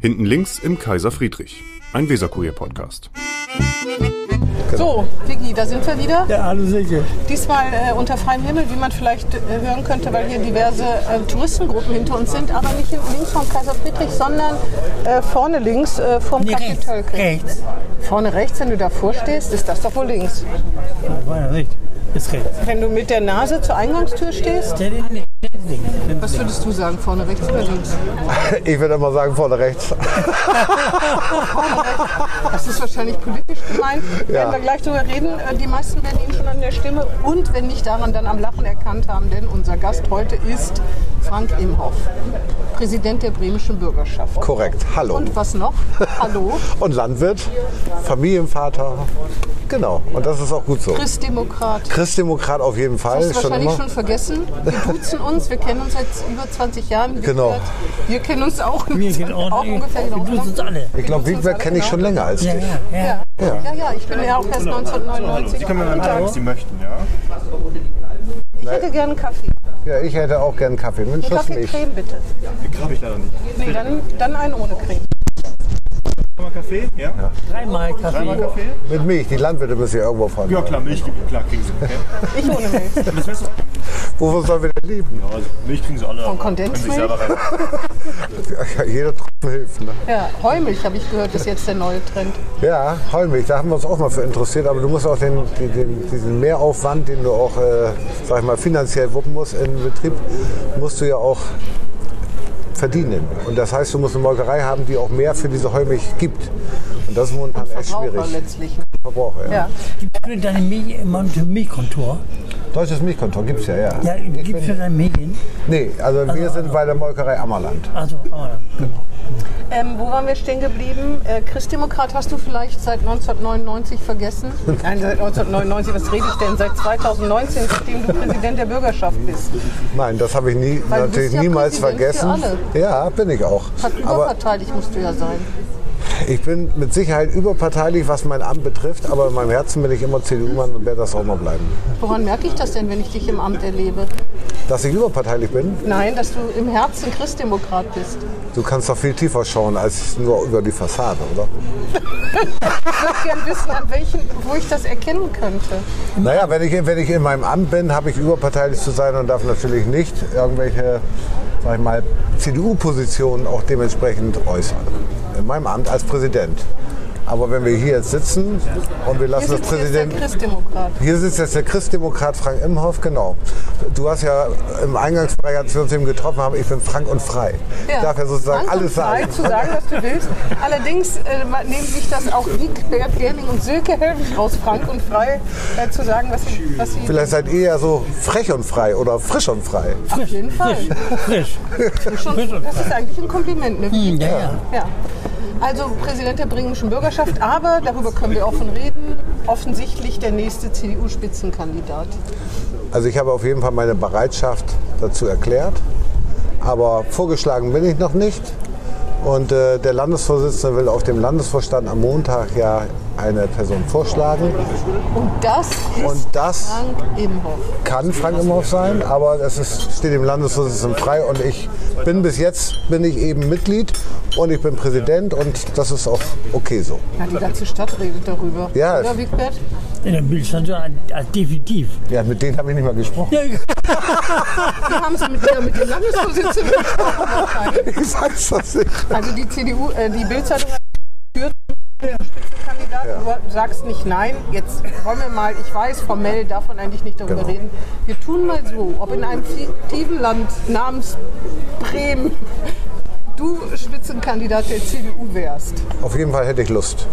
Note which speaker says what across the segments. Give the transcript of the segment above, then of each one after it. Speaker 1: Hinten links im Kaiser Friedrich, ein Weserkurier-Podcast.
Speaker 2: So, Vicky, da sind wir wieder.
Speaker 3: Ja, hallo Silke.
Speaker 2: Diesmal äh, unter freiem Himmel, wie man vielleicht äh, hören könnte, weil hier diverse äh, Touristengruppen hinter uns sind, aber nicht hinten links vom Kaiser Friedrich, sondern äh, vorne links äh, vom nee,
Speaker 3: rechts, rechts.
Speaker 2: Vorne rechts, wenn du davor stehst, ist das doch wohl links.
Speaker 3: Ja, war ja recht. Ist rechts.
Speaker 2: Wenn du mit der Nase zur Eingangstür stehst,
Speaker 3: Ja, nee, nee, links, links.
Speaker 2: was würdest du sagen, vorne rechts oder links?
Speaker 4: Ich würde mal sagen, vorne rechts.
Speaker 2: Das ist wahrscheinlich politisch gemeint, werden wir gleich drüber reden. Äh, Die meisten werden ihn schon an der Stimme und wenn nicht daran, dann am Lachen erkannt haben, denn unser Gast heute ist Frank Imhoff, Präsident der bremischen Bürgerschaft.
Speaker 4: Korrekt. Hallo.
Speaker 2: Und was noch? Hallo,
Speaker 4: Und Landwirt, Familienvater. Genau. Und das ist auch gut so.
Speaker 2: Christdemokrat.
Speaker 4: Christdemokrat auf jeden
Speaker 2: Hast
Speaker 4: Fall.
Speaker 2: du wahrscheinlich
Speaker 4: immer.
Speaker 2: schon vergessen. Wir duzen uns, wir kennen uns seit über 20 Jahren. Wie
Speaker 4: Genau.
Speaker 2: gehört, Wir kennen uns auch,
Speaker 3: Wir kennen auch-
Speaker 2: auch ungefähr
Speaker 3: wir
Speaker 2: genau.
Speaker 3: duzen uns alle. Ich
Speaker 4: Ich glaube, Wiegberg kenne ich schon länger als
Speaker 3: Ja,
Speaker 4: dich.
Speaker 3: ja, ja.
Speaker 2: Ja. Ja. ja, ich bin ja auch erst
Speaker 3: Genau.
Speaker 2: 1999. Sie können
Speaker 5: Sie möchten, ja?
Speaker 2: ich hätte gerne einen Kaffee.
Speaker 4: Ja, ich hätte auch gern Kaffee mit Schussmilch.
Speaker 2: Kaffeecreme bitte.
Speaker 5: Habe ich leider nicht.
Speaker 2: Nee, dann, dann einen ohne Creme.
Speaker 5: Mal Kaffee? Ja?
Speaker 3: Dreimal Kaffee.
Speaker 5: Mal Kaffee?
Speaker 4: Mit Milch. Die Landwirte müssen ja irgendwo fahren.
Speaker 5: Ja, klar, Milch klar, kriegen Sie. Okay.
Speaker 2: Ich ohne Milch.
Speaker 5: Das Messer?
Speaker 4: Wovon sollen wir denn leben?
Speaker 5: Ja, also Milch kriegen Sie alle. aber
Speaker 2: Kondensmilch?
Speaker 5: können Sie selber rein.
Speaker 4: Ja, jeder Tropfen hilft. Ne?
Speaker 2: Ja, Heumilch habe ich gehört, ist jetzt der neue Trend.
Speaker 4: Ja, Heumilch, da haben wir uns auch mal für interessiert. Aber du musst auch den, den, den, diesen Mehraufwand, den du auch, äh, sag ich mal, finanziell wuppen musst in Betrieb, musst du ja auch verdienen. Und das heißt, du musst eine Molkerei haben, die auch mehr für diese Heumilch gibt. Und das ist momentan echt
Speaker 2: Verbraucher
Speaker 4: schwierig.
Speaker 2: letztlich.
Speaker 4: Verbraucher, ja.
Speaker 2: Ja.
Speaker 3: Gibt es für deine Milch immer ein Milchkontor?
Speaker 4: Deutsches Milchkontor gibt es ja, ja.
Speaker 3: Ja, gibt es für deine Milch?
Speaker 4: Nee, also wir sind bei der Molkerei Ammerland.
Speaker 3: Also, aber,
Speaker 2: Ähm, wo waren wir stehen geblieben? Äh, Christdemokrat hast du vielleicht seit 1999 vergessen? Nein, seit 1999, was rede ich denn? Seit 2019, seitdem du Präsident der Bürgerschaft bist.
Speaker 4: Nein, das habe ich nie,
Speaker 2: Weil du
Speaker 4: natürlich
Speaker 2: bist ja
Speaker 4: niemals
Speaker 2: Präsident für
Speaker 4: vergessen. Ja, bin ich auch.
Speaker 2: Fast
Speaker 4: Aber
Speaker 2: überparteilich musst du ja sein.
Speaker 4: ich bin mit Sicherheit überparteilich, was mein Amt betrifft, aber in meinem Herzen bin ich immer CDU-Mann und werde das auch mal bleiben.
Speaker 2: Woran merke ich das denn, wenn ich dich im Amt erlebe?
Speaker 4: Dass ich überparteilich bin,
Speaker 2: Nein, dass du im Herzen Christdemokrat bist.
Speaker 4: du kannst doch viel tiefer schauen als nur über die Fassade, oder?
Speaker 2: Ich würde gerne wissen, an welchen, wo ich das erkennen könnte.
Speaker 4: Naja, wenn ich, wenn ich in meinem Amt bin, habe ich überparteilich zu sein und darf natürlich nicht irgendwelche, sag ich mal, CDU-Positionen auch dementsprechend äußern. In meinem Amt als Präsident. Aber wenn wir hier jetzt sitzen und wir
Speaker 2: Hier
Speaker 4: lassen das
Speaker 2: sitzt jetzt der
Speaker 4: Präsident.
Speaker 2: Christdemokrat.
Speaker 4: Hier sitzt jetzt der Christdemokrat Frank Imhoff, genau. Du hast ja im Eingangsbereich, als wir uns eben getroffen haben, ich bin Frank und frei. Ich darf ja sozusagen
Speaker 2: Frank und
Speaker 4: alles
Speaker 2: frei
Speaker 4: sagen.
Speaker 2: zu sagen, was du willst. Allerdings äh, ma- nehmen sich das auch Wiegbert Gerling und Silke Helwig raus, Frank und frei äh, zu sagen, was sie, was sie
Speaker 4: Vielleicht seid ihr ja so frech und frei oder frisch und frei.
Speaker 2: auf jeden Fall.
Speaker 3: frisch. Frisch
Speaker 2: Schon,
Speaker 3: und
Speaker 2: das ist eigentlich ein Kompliment. Ne?
Speaker 3: Hm, ja, ja.
Speaker 2: Ja. Also Präsident der bremischen Bürgerschaft, aber darüber können wir offen reden. Offensichtlich der nächste CDU-Spitzenkandidat.
Speaker 4: Also ich habe auf jeden Fall meine Bereitschaft dazu erklärt, aber vorgeschlagen bin ich noch nicht. Und äh, der Landesvorsitzende will auf dem Landesvorstand am Montag ja eine Person vorschlagen.
Speaker 2: Und das ist
Speaker 4: Und das
Speaker 2: Frank Imhoff.
Speaker 4: kann Frank Imhoff sein, aber es ist, steht dem Landesvorsitzenden frei. Und ich bin bis jetzt bin ich eben Mitglied und ich bin Präsident und das ist auch okay so.
Speaker 2: Ja, die ganze Stadt redet darüber.
Speaker 4: Ja,
Speaker 2: Oder
Speaker 4: es-
Speaker 2: Wiegbert?
Speaker 3: In der Milchstand, ja, also definitiv.
Speaker 4: Ja, mit denen habe ich nicht mal gesprochen.
Speaker 3: Ja,
Speaker 2: Wir haben sie mit, der- mit dem Landesvorsitzenden gesprochen wahrscheinlich.
Speaker 4: Ich weiß das nicht.
Speaker 2: Also die CDU, äh, die Bildzeitung hat geführt Spitzenkandidat. Du sagst nicht nein. Jetzt wollen wir mal, ich weiß, formell darf man eigentlich nicht darüber
Speaker 4: Genau.
Speaker 2: reden. Wir tun mal so, ob in einem fiktiven Land namens Bremen du Spitzenkandidat der CDU wärst.
Speaker 4: Auf jeden Fall hätte ich Lust.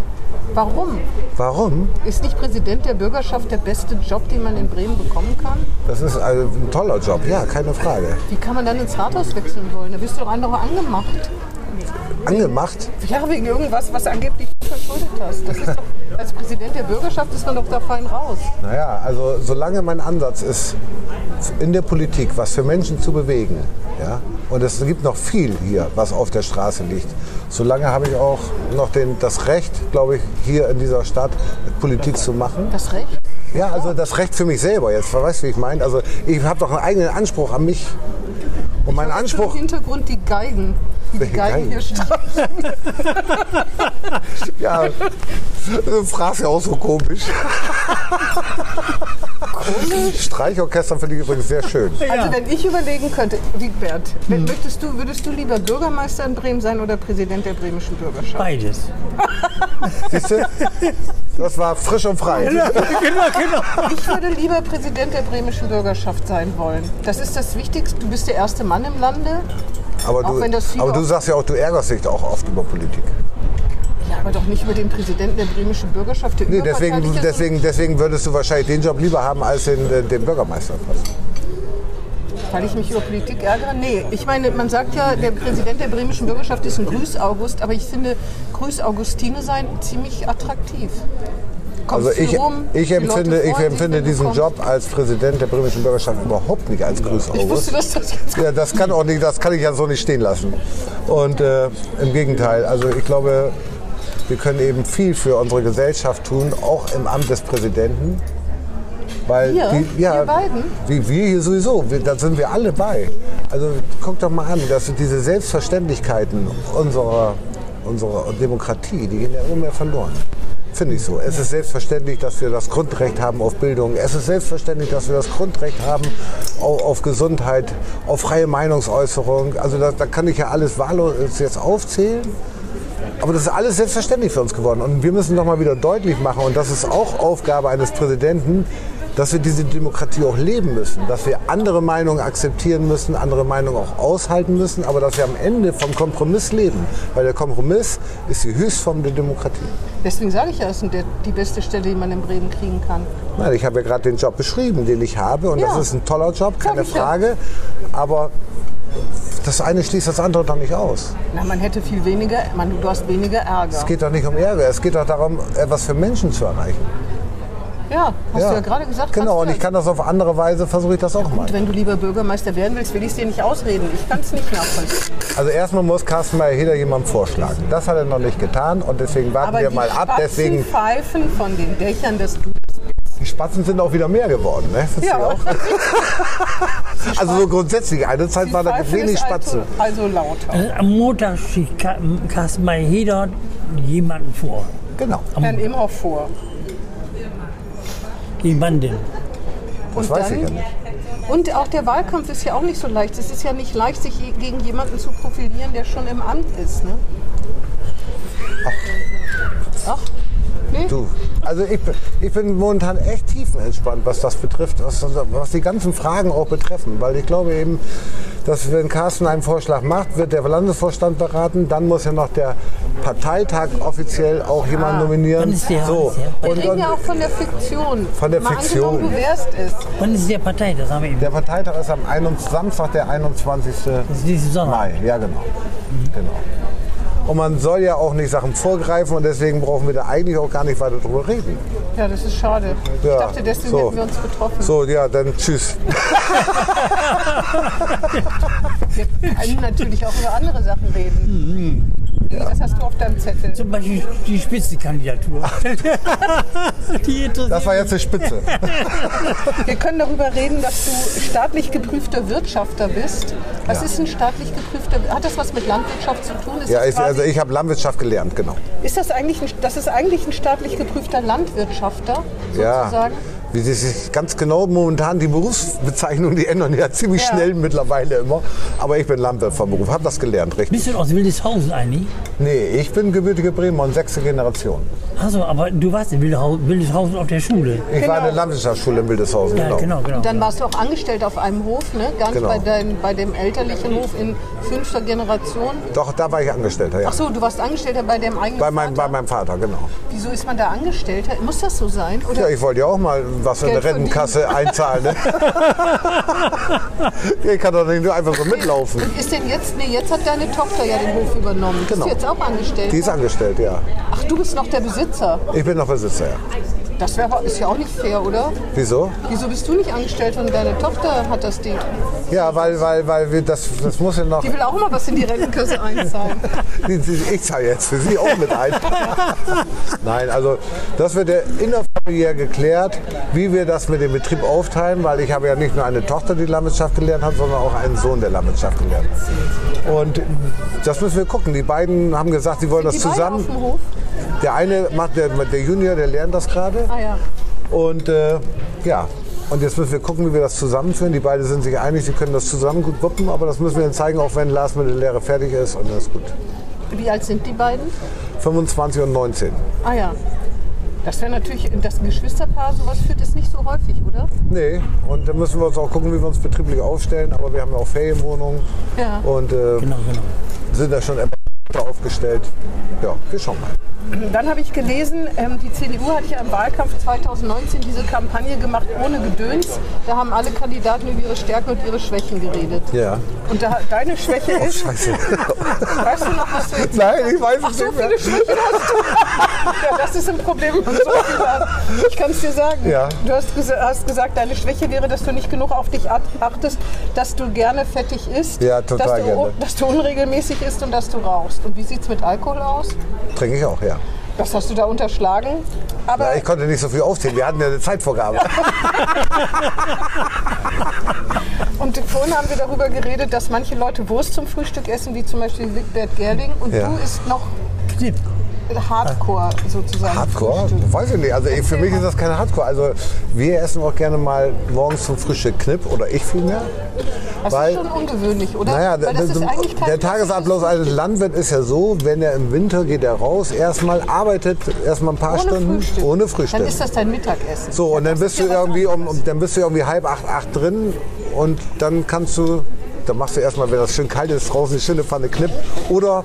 Speaker 2: Warum?
Speaker 4: Warum?
Speaker 2: Ist nicht Präsident der Bürgerschaft der beste Job, den man in Bremen bekommen kann?
Speaker 4: Das ist also ein toller Job, ja, keine Frage.
Speaker 2: Wie kann man dann ins Rathaus wechseln wollen? Da bist du doch andere angemacht.
Speaker 4: Angemacht
Speaker 2: Ja, wegen irgendwas, was angeblich du verschuldet hast. Das ist doch, als Präsident der Bürgerschaft ist man doch da fein raus.
Speaker 4: Naja, also solange mein Ansatz ist, in der Politik was für Menschen zu bewegen, ja, und es gibt noch viel hier, was auf der Straße liegt, solange habe ich auch noch den, das Recht, glaube ich, hier in dieser Stadt Politik zu machen.
Speaker 2: Das Recht?
Speaker 4: Ja, also das Recht für mich selber, jetzt weißt du, wie ich meine. Also ich habe doch einen eigenen Anspruch an mich. Und mein
Speaker 2: Zum
Speaker 4: Anspruch,
Speaker 2: Hintergrund die Geigen. wie die Geigen hier strahlen.
Speaker 4: Ja, du fragst ja auch so komisch. komisch? Streichorchester finde ich übrigens sehr schön.
Speaker 2: Also wenn ich überlegen könnte, Wiegbert,
Speaker 4: Hm.
Speaker 2: wenn- möchtest du, würdest du lieber Bürgermeister in Bremen sein oder Präsident der bremischen Bürgerschaft?
Speaker 3: Beides.
Speaker 4: Siehst du? Das war frisch und frei.
Speaker 2: Ich würde lieber Präsident der bremischen Bürgerschaft sein wollen. Das ist das Wichtigste. Du bist der erste Mann im Lande.
Speaker 4: Aber
Speaker 2: Auch
Speaker 4: du,
Speaker 2: wenn das viele
Speaker 4: aber du
Speaker 2: auch-
Speaker 4: sagst ja auch, du ärgerst dich auch oft über Politik.
Speaker 2: Ja, aber doch nicht über den Präsidenten der bremischen Bürgerschaft. Der
Speaker 4: Nee, deswegen,
Speaker 2: überparteilich ist.
Speaker 4: deswegen, deswegen würdest du wahrscheinlich den Job lieber haben als den, äh, den Bürgermeister.
Speaker 2: Weil ich mich über Politik ärgere? Nee, ich meine, man sagt ja, der Präsident der bremischen Bürgerschaft ist ein Grüß-August, aber ich finde Grüß-Augustine sein ziemlich attraktiv. Kommst
Speaker 4: Also
Speaker 2: viel
Speaker 4: ich,
Speaker 2: rum,
Speaker 4: ich
Speaker 2: die Leute
Speaker 4: empfinde, ich
Speaker 2: freuen sich,
Speaker 4: empfinde
Speaker 2: wenn du
Speaker 4: diesen
Speaker 2: kommst.
Speaker 4: Job als Präsident der bremischen Bürgerschaft überhaupt nicht als
Speaker 2: Ich wusste,
Speaker 4: Grüßaugust.
Speaker 2: dass das jetzt
Speaker 4: Ja, das kann auch nicht, das kann ich ja so nicht stehen lassen. Und äh, im Gegenteil, also ich glaube, wir können eben viel für unsere Gesellschaft tun, auch im Amt des Präsidenten. Weil
Speaker 2: Wir?
Speaker 4: die, ja,
Speaker 2: Wir beiden?
Speaker 4: Wie, wir hier sowieso, wir, da sind wir alle bei. Also guck doch mal an, dass diese Selbstverständlichkeiten unserer, unserer Demokratie, die gehen ja immer mehr verloren. Finde ich so. Es ist selbstverständlich, dass wir das Grundrecht haben auf Bildung. Es ist selbstverständlich, dass wir das Grundrecht haben auf, auf Gesundheit, auf freie Meinungsäußerung. Also da, da kann ich ja alles wahllos jetzt aufzählen. Aber das ist alles selbstverständlich für uns geworden. Und wir müssen doch mal wieder deutlich machen, und das ist auch Aufgabe eines Präsidenten, dass wir diese Demokratie auch leben müssen, dass wir andere Meinungen akzeptieren müssen, andere Meinungen auch aushalten müssen, aber dass wir am Ende vom Kompromiss leben. Weil der Kompromiss ist die Höchstform der Demokratie.
Speaker 2: Deswegen sage ich ja, es ist der, die beste Stelle, die man in Bremen kriegen kann.
Speaker 4: Nein, ich habe ja gerade den Job beschrieben, den ich habe. Und das
Speaker 2: Ja.
Speaker 4: ist ein toller Job, keine
Speaker 2: Sag ich ja.
Speaker 4: Frage. Aber das eine schließt das andere doch nicht aus.
Speaker 2: Na, man hätte viel weniger, man, du hast weniger Ärger.
Speaker 4: Es geht doch nicht um Ärger, es geht doch darum, etwas für Menschen zu erreichen.
Speaker 2: Ja, hast du ja gerade gesagt.
Speaker 4: Genau,
Speaker 2: hast
Speaker 4: und
Speaker 2: du
Speaker 4: ich
Speaker 2: recht.
Speaker 4: kann das auf andere Weise, versuche ich das auch mal.
Speaker 2: Und wenn du lieber Bürgermeister werden willst, will ich es dir nicht ausreden. Ich kann es nicht nachvollziehen.
Speaker 4: Also erstmal muss Carsten Meyer-Heder jemandem vorschlagen. Das hat er noch nicht getan und deswegen warten
Speaker 2: Aber
Speaker 4: wir
Speaker 2: die
Speaker 4: mal ab.
Speaker 2: Spatzen
Speaker 4: Deswegen,
Speaker 2: pfeifen von den Dächern, dass du
Speaker 4: die Spatzen sind auch wieder mehr geworden. Ne? Wisst ihr auch? Also so grundsätzlich, eine Zeit
Speaker 2: Die
Speaker 4: war da
Speaker 2: Pfeife
Speaker 4: wenig
Speaker 2: ist
Speaker 4: Spatzen.
Speaker 2: Also, also lauter.
Speaker 3: Also am Montag schickt Ka- Carsten Heder jemanden vor.
Speaker 4: Genau.
Speaker 2: Herrn Imhoff vor.
Speaker 3: Jemanden.
Speaker 4: Das weiß ich ja nicht.
Speaker 2: Und auch der Wahlkampf ist ja auch nicht so leicht. Es ist ja nicht leicht, sich je- gegen jemanden zu profilieren, der schon im Amt ist. Ne? Ach. Nee?
Speaker 4: Du, also ich, bin- ich bin momentan echt tiefenentspannt, was das betrifft, was, was die ganzen Fragen auch betreffen. Weil ich glaube eben, dass wenn Carsten einen Vorschlag macht, wird der Landesvorstand beraten, dann muss ja noch der Parteitag offiziell auch jemanden nominieren.
Speaker 3: Ah, Dann ist der-
Speaker 4: so.
Speaker 2: Wir
Speaker 4: Und,
Speaker 2: reden
Speaker 4: und
Speaker 2: ja auch von der Fiktion.
Speaker 4: Von der
Speaker 2: Mal
Speaker 4: Fiktion.
Speaker 2: angenommen, du wärst es.
Speaker 3: Wann ist der Partei? Das haben wir eben.
Speaker 4: der Parteitag ist am 21, Samstag, der 21.
Speaker 3: Das ist diese Sonne.
Speaker 4: Mai. Ja, genau. genau. Und man soll ja auch nicht Sachen vorgreifen und deswegen brauchen wir da eigentlich auch gar nicht weiter drüber reden.
Speaker 2: Ja, das ist schade.
Speaker 4: Ja,
Speaker 2: ich dachte, deswegen
Speaker 4: so.
Speaker 2: hätten wir uns getroffen.
Speaker 4: So, ja, dann tschüss.
Speaker 2: Wir können natürlich auch über andere Sachen reden.
Speaker 4: Mhm.
Speaker 2: Das hast du auf deinem Zettel.
Speaker 3: Zum Beispiel die Spitzenkandidatur. die interessiert
Speaker 4: Das war jetzt die Spitze.
Speaker 2: Wir können darüber reden, dass du staatlich geprüfter Wirtschafter bist. Was ist ein staatlich geprüfter? Hat das was mit Landwirtschaft zu tun? Ist,
Speaker 4: Ja,
Speaker 2: das,
Speaker 4: ich,
Speaker 2: quasi-
Speaker 4: also ich habe Landwirtschaft gelernt, genau.
Speaker 2: ist das eigentlich ein, das ist eigentlich ein staatlich geprüfter Landwirtschafter sozusagen?
Speaker 4: Wie sie sich ganz genau momentan die Berufsbezeichnungen, die ändern ja ziemlich
Speaker 2: Ja.
Speaker 4: schnell mittlerweile immer. Aber ich bin Landwirt vom Beruf, habe das gelernt, richtig?
Speaker 3: Bist du aus Wildeshausen eigentlich?
Speaker 4: Nee, ich bin gebürtige Bremer und sechste Generation.
Speaker 3: Also, aber du warst in Wildeshausen, Wildeshausen auf der Schule.
Speaker 4: Ich
Speaker 2: Genau.
Speaker 4: war in der Landwirtschaftsschule in Wildeshausen,
Speaker 3: Ja,
Speaker 4: genau.
Speaker 3: genau, genau.
Speaker 2: Dann warst du auch angestellt auf einem Hof, ne? Ganz
Speaker 4: Genau.
Speaker 2: bei, dein, bei dem elterlichen Hof in fünfter Generation.
Speaker 4: Doch, da war ich Angestellter, ja.
Speaker 2: Ach so, du warst Angestellter bei dem eigenen.
Speaker 4: Bei, mein, bei
Speaker 2: Vater.
Speaker 4: meinem Vater, genau.
Speaker 2: Wieso ist man da Angestellter? Muss das so sein? Oder
Speaker 4: Ja, ich wollte ja auch mal was in
Speaker 2: Geld
Speaker 4: der Rentenkasse einzahlen. Ne? ich kann doch nicht nur einfach so mitlaufen.
Speaker 2: Und ist denn jetzt, nee, jetzt hat deine Tochter ja den Hof übernommen. Bist
Speaker 4: Genau.
Speaker 2: du jetzt auch angestellt?
Speaker 4: Die ist angestellt, ja.
Speaker 2: Ach, du bist noch der Besitzer.
Speaker 4: Ich bin noch Besitzer, ja.
Speaker 2: Das wäre aber- ist ja auch nicht fair, oder?
Speaker 4: Wieso?
Speaker 2: Wieso bist du nicht angestellt und deine Tochter hat das Ding?
Speaker 4: Ja, weil, weil, weil wir das, das muss ja noch.
Speaker 2: Die will auch mal was in die Rentenkasse einzahlen.
Speaker 4: Die- die- Ich zahle jetzt für Sie auch mit ein. Nein, also das wird ja innerfamiliär geklärt, wie wir das mit dem Betrieb aufteilen, weil ich habe ja nicht nur eine Tochter, die Landwirtschaft gelernt hat, sondern auch einen Sohn, der Landwirtschaft gelernt hat. Und das müssen wir gucken. Die beiden haben gesagt, sie wollen
Speaker 2: die
Speaker 4: das zusammen.
Speaker 2: Beide auf dem Hof?
Speaker 4: Der eine macht, der, der Junior, der lernt das gerade.
Speaker 2: Ah ja.
Speaker 4: Und äh, ja, und jetzt müssen wir gucken, wie wir das zusammenführen. Die beiden sind sich einig, sie können das zusammen gut wuppen, aber das müssen wir dann zeigen, auch wenn Lars mit der Lehre fertig ist und das ist gut.
Speaker 2: Wie alt sind die beiden?
Speaker 4: 25 und 19.
Speaker 2: Ah ja. Das wäre natürlich, das Geschwisterpaar, sowas führt es nicht so häufig, oder?
Speaker 4: Nee, und dann müssen wir uns auch gucken, wie wir uns betrieblich aufstellen, aber wir haben ja auch Ferienwohnungen
Speaker 2: Ja.
Speaker 4: und äh,
Speaker 3: Genau, genau.
Speaker 4: sind da schon etwas aufgestellt. Ja, wir schauen mal.
Speaker 2: Dann habe ich gelesen, ähm, die CDU hat ja im Wahlkampf 2019 diese Kampagne gemacht ohne Gedöns. Da haben alle Kandidaten über ihre Stärke und ihre Schwächen geredet.
Speaker 4: Ja.
Speaker 2: Und da, deine Schwäche ist,
Speaker 4: Scheiße.
Speaker 2: weißt du noch, was du jetzt
Speaker 4: Nein, ich weiß es
Speaker 2: Ach, so
Speaker 4: nicht mehr.
Speaker 2: viele Schwächen hast du. Ja, das ist ein Problem. wenn man So viele hast. ich kann es dir sagen.
Speaker 4: Ja.
Speaker 2: Du hast, gesa- hast gesagt, deine Schwäche wäre, dass du nicht genug auf dich at- achtest, dass du gerne fettig isst,
Speaker 4: Ja, total
Speaker 2: dass, du,
Speaker 4: gerne.
Speaker 2: un- dass du unregelmäßig isst und dass du rauchst. Und wie sieht es mit Alkohol aus?
Speaker 4: Trinke ich auch, ja.
Speaker 2: Das hast du da unterschlagen. Aber
Speaker 4: ja. Ich konnte nicht so viel aufzählen, wir hatten ja eine Zeitvorgabe.
Speaker 2: Und vorhin haben wir darüber geredet, dass manche Leute Wurst zum Frühstück essen, wie zum Beispiel Wigbert Gerling. Und
Speaker 4: Ja.
Speaker 2: du isst noch
Speaker 3: Knipp.
Speaker 2: Hardcore sozusagen.
Speaker 4: Hardcore?
Speaker 2: Frühstück.
Speaker 4: Weiß ich nicht. Also ich, für mich ist das kein Hardcore. Also wir essen auch gerne mal morgens zum Frühstück Knipp oder ich vielmehr.
Speaker 2: Das
Speaker 4: Weil-
Speaker 2: ist schon ungewöhnlich, oder?
Speaker 4: Naja,
Speaker 2: Weil das
Speaker 4: der-
Speaker 2: ist
Speaker 4: der-
Speaker 2: eigentlich kein
Speaker 4: der Tagesablauf eines Landwirts ist ja so, wenn er im Winter geht er raus, erstmal arbeitet, erstmal ein paar
Speaker 2: ohne
Speaker 4: Stunden
Speaker 2: Frühstück.
Speaker 4: ohne Frühstück.
Speaker 2: Dann ist das dein Mittagessen.
Speaker 4: so, und dann bist du
Speaker 2: ja was
Speaker 4: irgendwie um, um- dann bist du irgendwie halb acht, acht drin und dann kannst du, dann machst du erstmal, wenn das schön kalt ist, draußen eine schöne Pfanne Knipp oder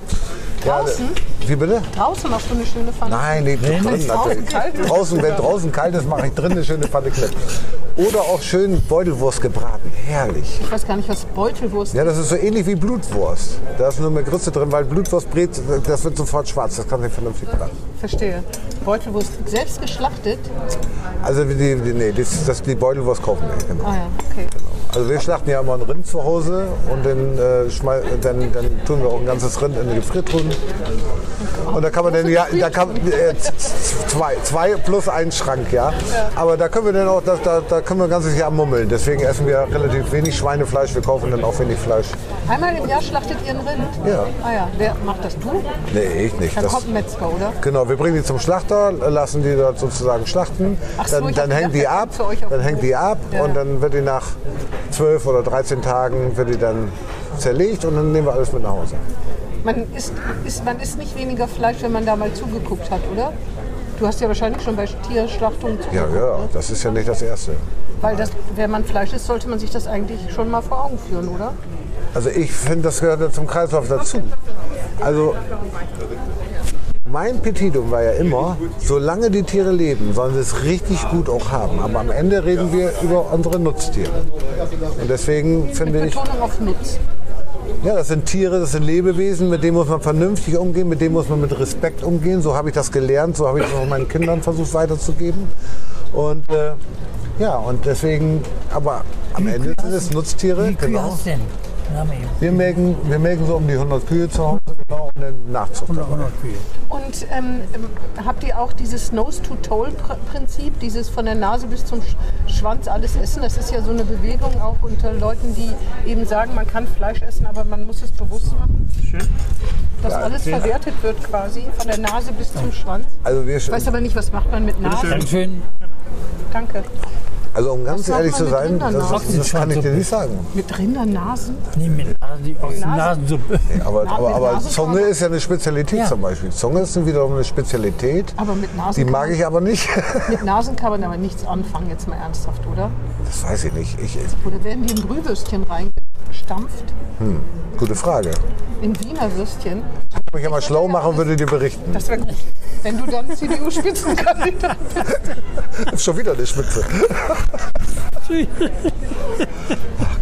Speaker 2: Draußen?
Speaker 4: Ja, wie bitte?
Speaker 2: Draußen machst du eine schöne Pfanne.
Speaker 4: Nein, nee, drinnen
Speaker 2: es draußen
Speaker 4: natürlich.
Speaker 2: kalt ist.
Speaker 4: Draußen, wenn draußen kalt ist, mache ich drinnen eine schöne Pfanne Knipp. Oder auch schön Beutelwurst gebraten. Herrlich.
Speaker 2: Ich weiß gar nicht, was Beutelwurst
Speaker 4: Ja, das ist so ähnlich wie Blutwurst. Da ist nur mehr Grütze drin, weil Blutwurst brät, das wird sofort schwarz. Das kann nicht vernünftig braten.
Speaker 2: ist. Verstehe. Beutelwurst selbst geschlachtet.
Speaker 4: Also die, die, nee, das, das, die Beutelwurst kaufen wir. nicht, Genau.
Speaker 2: Ah ja, okay.
Speaker 4: Also wir schlachten ja immer ein Rind zu Hause und dann, äh, schmal, dann, dann tun wir auch ein ganzes Rind in den Gefriertruhen. Und da kann man dann, ja, da kann, äh, z- z- zwei, zwei plus einen Schrank, ja. Aber da können wir dann auch, da, da, da können wir ein ganzes Jahr mummeln. Deswegen essen wir relativ wenig Schweinefleisch. Wir kaufen dann auch wenig Fleisch.
Speaker 2: Einmal im Jahr schlachtet ihr einen Rind?
Speaker 4: Ja.
Speaker 2: Ah ja, wer macht das? Du?
Speaker 4: Nee, ich nicht.
Speaker 2: Dann
Speaker 4: Das-
Speaker 2: kommt ein Metzger, oder?
Speaker 4: Genau, wir bringen die zum Schlachter, lassen die dort sozusagen schlachten,
Speaker 2: Ach so,
Speaker 4: dann,
Speaker 2: ich
Speaker 4: dann
Speaker 2: hab
Speaker 4: hängt die
Speaker 2: gedacht,
Speaker 4: ab,
Speaker 2: das kommt zu euch auf
Speaker 4: dann
Speaker 2: den
Speaker 4: hängt die
Speaker 2: Hof.
Speaker 4: ab
Speaker 2: Ja.
Speaker 4: und dann wird die nach 12 oder 13 Tagen wird die dann zerlegt und dann nehmen wir alles mit nach Hause.
Speaker 2: Man isst, isst, man isst nicht weniger Fleisch, wenn man da mal zugeguckt hat, oder? Du hast ja wahrscheinlich schon bei Tierschlachtungen zugeguckt.
Speaker 4: Ja, ja,
Speaker 2: ne?
Speaker 4: das ist ja nicht das Erste.
Speaker 2: Weil das, wenn man Fleisch isst, sollte man sich das eigentlich schon mal vor Augen führen, oder?
Speaker 4: Also ich finde, das gehört ja zum Kreislauf dazu. Also mein Petitum war ja immer, solange die Tiere leben, sollen sie es richtig gut auch haben. Aber am Ende reden wir über unsere Nutztiere. Und deswegen finde ich...
Speaker 2: Betonung auf Nutz.
Speaker 4: Ja, das sind Tiere, das sind Lebewesen, mit denen muss man vernünftig umgehen, mit denen muss man mit Respekt umgehen. So habe ich das gelernt, so habe ich es auch meinen Kindern versucht weiterzugeben. Und äh, ja, und deswegen, aber am Ende sind es Nutztiere,
Speaker 3: Wie Kühe
Speaker 4: genau.
Speaker 3: hast du denn? Dann haben wir eben
Speaker 4: Wir melken, wir melken so um die 100 Kühe zu Hause, genau, und dann Nachzucht.
Speaker 3: 100, 100 Kühe.
Speaker 2: Und ähm, ähm, habt ihr auch dieses Nose-to-Toll-Prinzip, dieses von der Nase bis zum Sch Schwanz alles essen? Das ist ja so eine Bewegung auch unter Leuten, die eben sagen, man kann Fleisch essen, aber man muss es bewusst machen.
Speaker 5: Schön.
Speaker 2: Dass alles verwertet wird quasi, von der Nase bis zum Schwanz.
Speaker 4: Also, wir,
Speaker 2: Ich weiß aber nicht, was macht man mit Nase?
Speaker 3: Ganz schön
Speaker 2: Danke.
Speaker 4: also um ganz
Speaker 2: Was macht
Speaker 4: ehrlich
Speaker 2: man
Speaker 4: zu
Speaker 2: mit
Speaker 4: sein, das,
Speaker 2: Rindernasen?
Speaker 4: ist, das kann ich dir nicht sagen.
Speaker 2: Mit Rindernasen?
Speaker 3: nehmen wir Nasen, die aus der Nasensuppe.
Speaker 4: Aber, aber, aber
Speaker 2: Nasen kann
Speaker 4: Zunge
Speaker 2: man-
Speaker 4: ist ja eine Spezialität
Speaker 3: Ja.
Speaker 4: zum Beispiel. Zunge ist wiederum eine Spezialität.
Speaker 2: Aber mit Nasen
Speaker 4: Die
Speaker 2: kann
Speaker 4: mag
Speaker 2: man-
Speaker 4: ich aber nicht.
Speaker 2: Mit Nasen kann man aber nichts anfangen, jetzt mal ernsthaft, oder?
Speaker 4: Das weiß ich nicht. Ich,
Speaker 2: Oder werden die in Brühwürstchen reingestampft?
Speaker 4: gute Frage.
Speaker 2: In Wiener Würstchen?
Speaker 4: mich ja mal schlau machen und würde dir berichten.
Speaker 2: Das wäre gut. Wenn du dann CDU-Spitzenkandidat bist.
Speaker 4: Schon wieder eine Spitze.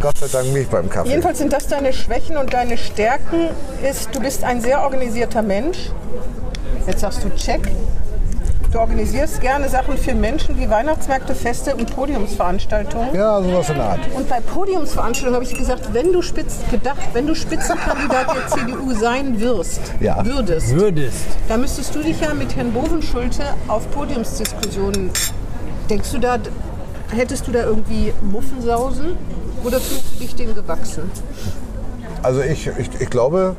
Speaker 4: Gott sei Dank mich beim Kaffee.
Speaker 2: Jedenfalls sind das deine Schwächen und deine Stärken ist, du bist ein sehr organisierter Mensch. Jetzt sagst du Check. Du organisierst gerne Sachen für Menschen wie Weihnachtsmärkte, Feste und Podiumsveranstaltungen.
Speaker 4: Ja, sowas in der Art.
Speaker 2: Und bei Podiumsveranstaltungen habe ich gesagt, wenn du spitz gedacht, wenn du Spitzenkandidat der CDU sein wirst,
Speaker 4: Ja.
Speaker 2: würdest,
Speaker 3: würdest.
Speaker 2: dann müsstest du dich ja mit Herrn Bovenschulte auf Podiumsdiskussionen. Denkst du da, hättest du da irgendwie Muffensausen oder fühlst du dich dem gewachsen?
Speaker 4: Also ich, ich, ich glaube,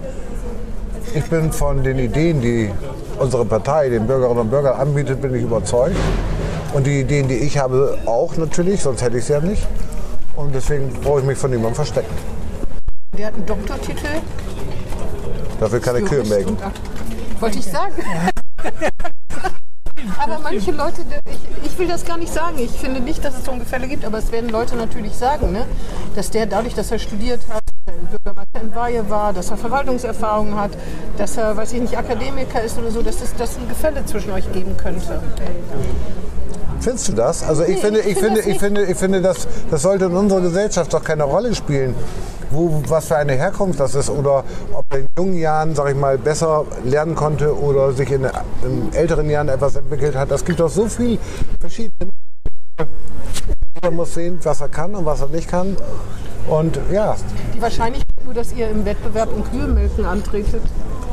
Speaker 4: ich bin von den Ideen, die unsere Partei den Bürgerinnen und Bürgern anbietet, bin ich überzeugt. Und die Ideen, die ich habe, auch natürlich, sonst hätte ich sie ja nicht. Und deswegen brauche ich mich von niemandem verstecken.
Speaker 2: Der hat einen Doktortitel.
Speaker 4: Dafür keine Kühe
Speaker 2: Jurist
Speaker 4: melken.
Speaker 2: und Ak- Wollte ich sagen. aber manche Leute, ich, ich will das gar nicht sagen. Ich finde nicht, dass es so ein Gefälle gibt, aber es werden Leute natürlich sagen, ne? dass der dadurch, dass er studiert hat, dass er Bürgermeister in Weihe war, dass er Verwaltungserfahrung hat, dass er, weiß ich nicht, Akademiker ist oder so, dass es das ein Gefälle zwischen euch geben könnte.
Speaker 4: Findest du das? Also
Speaker 2: Nee,
Speaker 4: ich finde,
Speaker 2: ich
Speaker 4: ich
Speaker 2: finde das
Speaker 4: finde, ich
Speaker 2: nicht.
Speaker 4: finde, ich finde, das, das sollte in unserer Gesellschaft doch keine Rolle spielen, wo, was für eine Herkunft das ist oder ob er in jungen Jahren, sag ich mal, besser lernen konnte oder sich in, in älteren Jahren etwas entwickelt hat. Das gibt doch so viel verschiedene. Man muss sehen, was er kann und was er nicht kann. Und ja,
Speaker 2: Die Wahrscheinlichkeit nur, dass ihr im Wettbewerb um Kühlmilken antretet,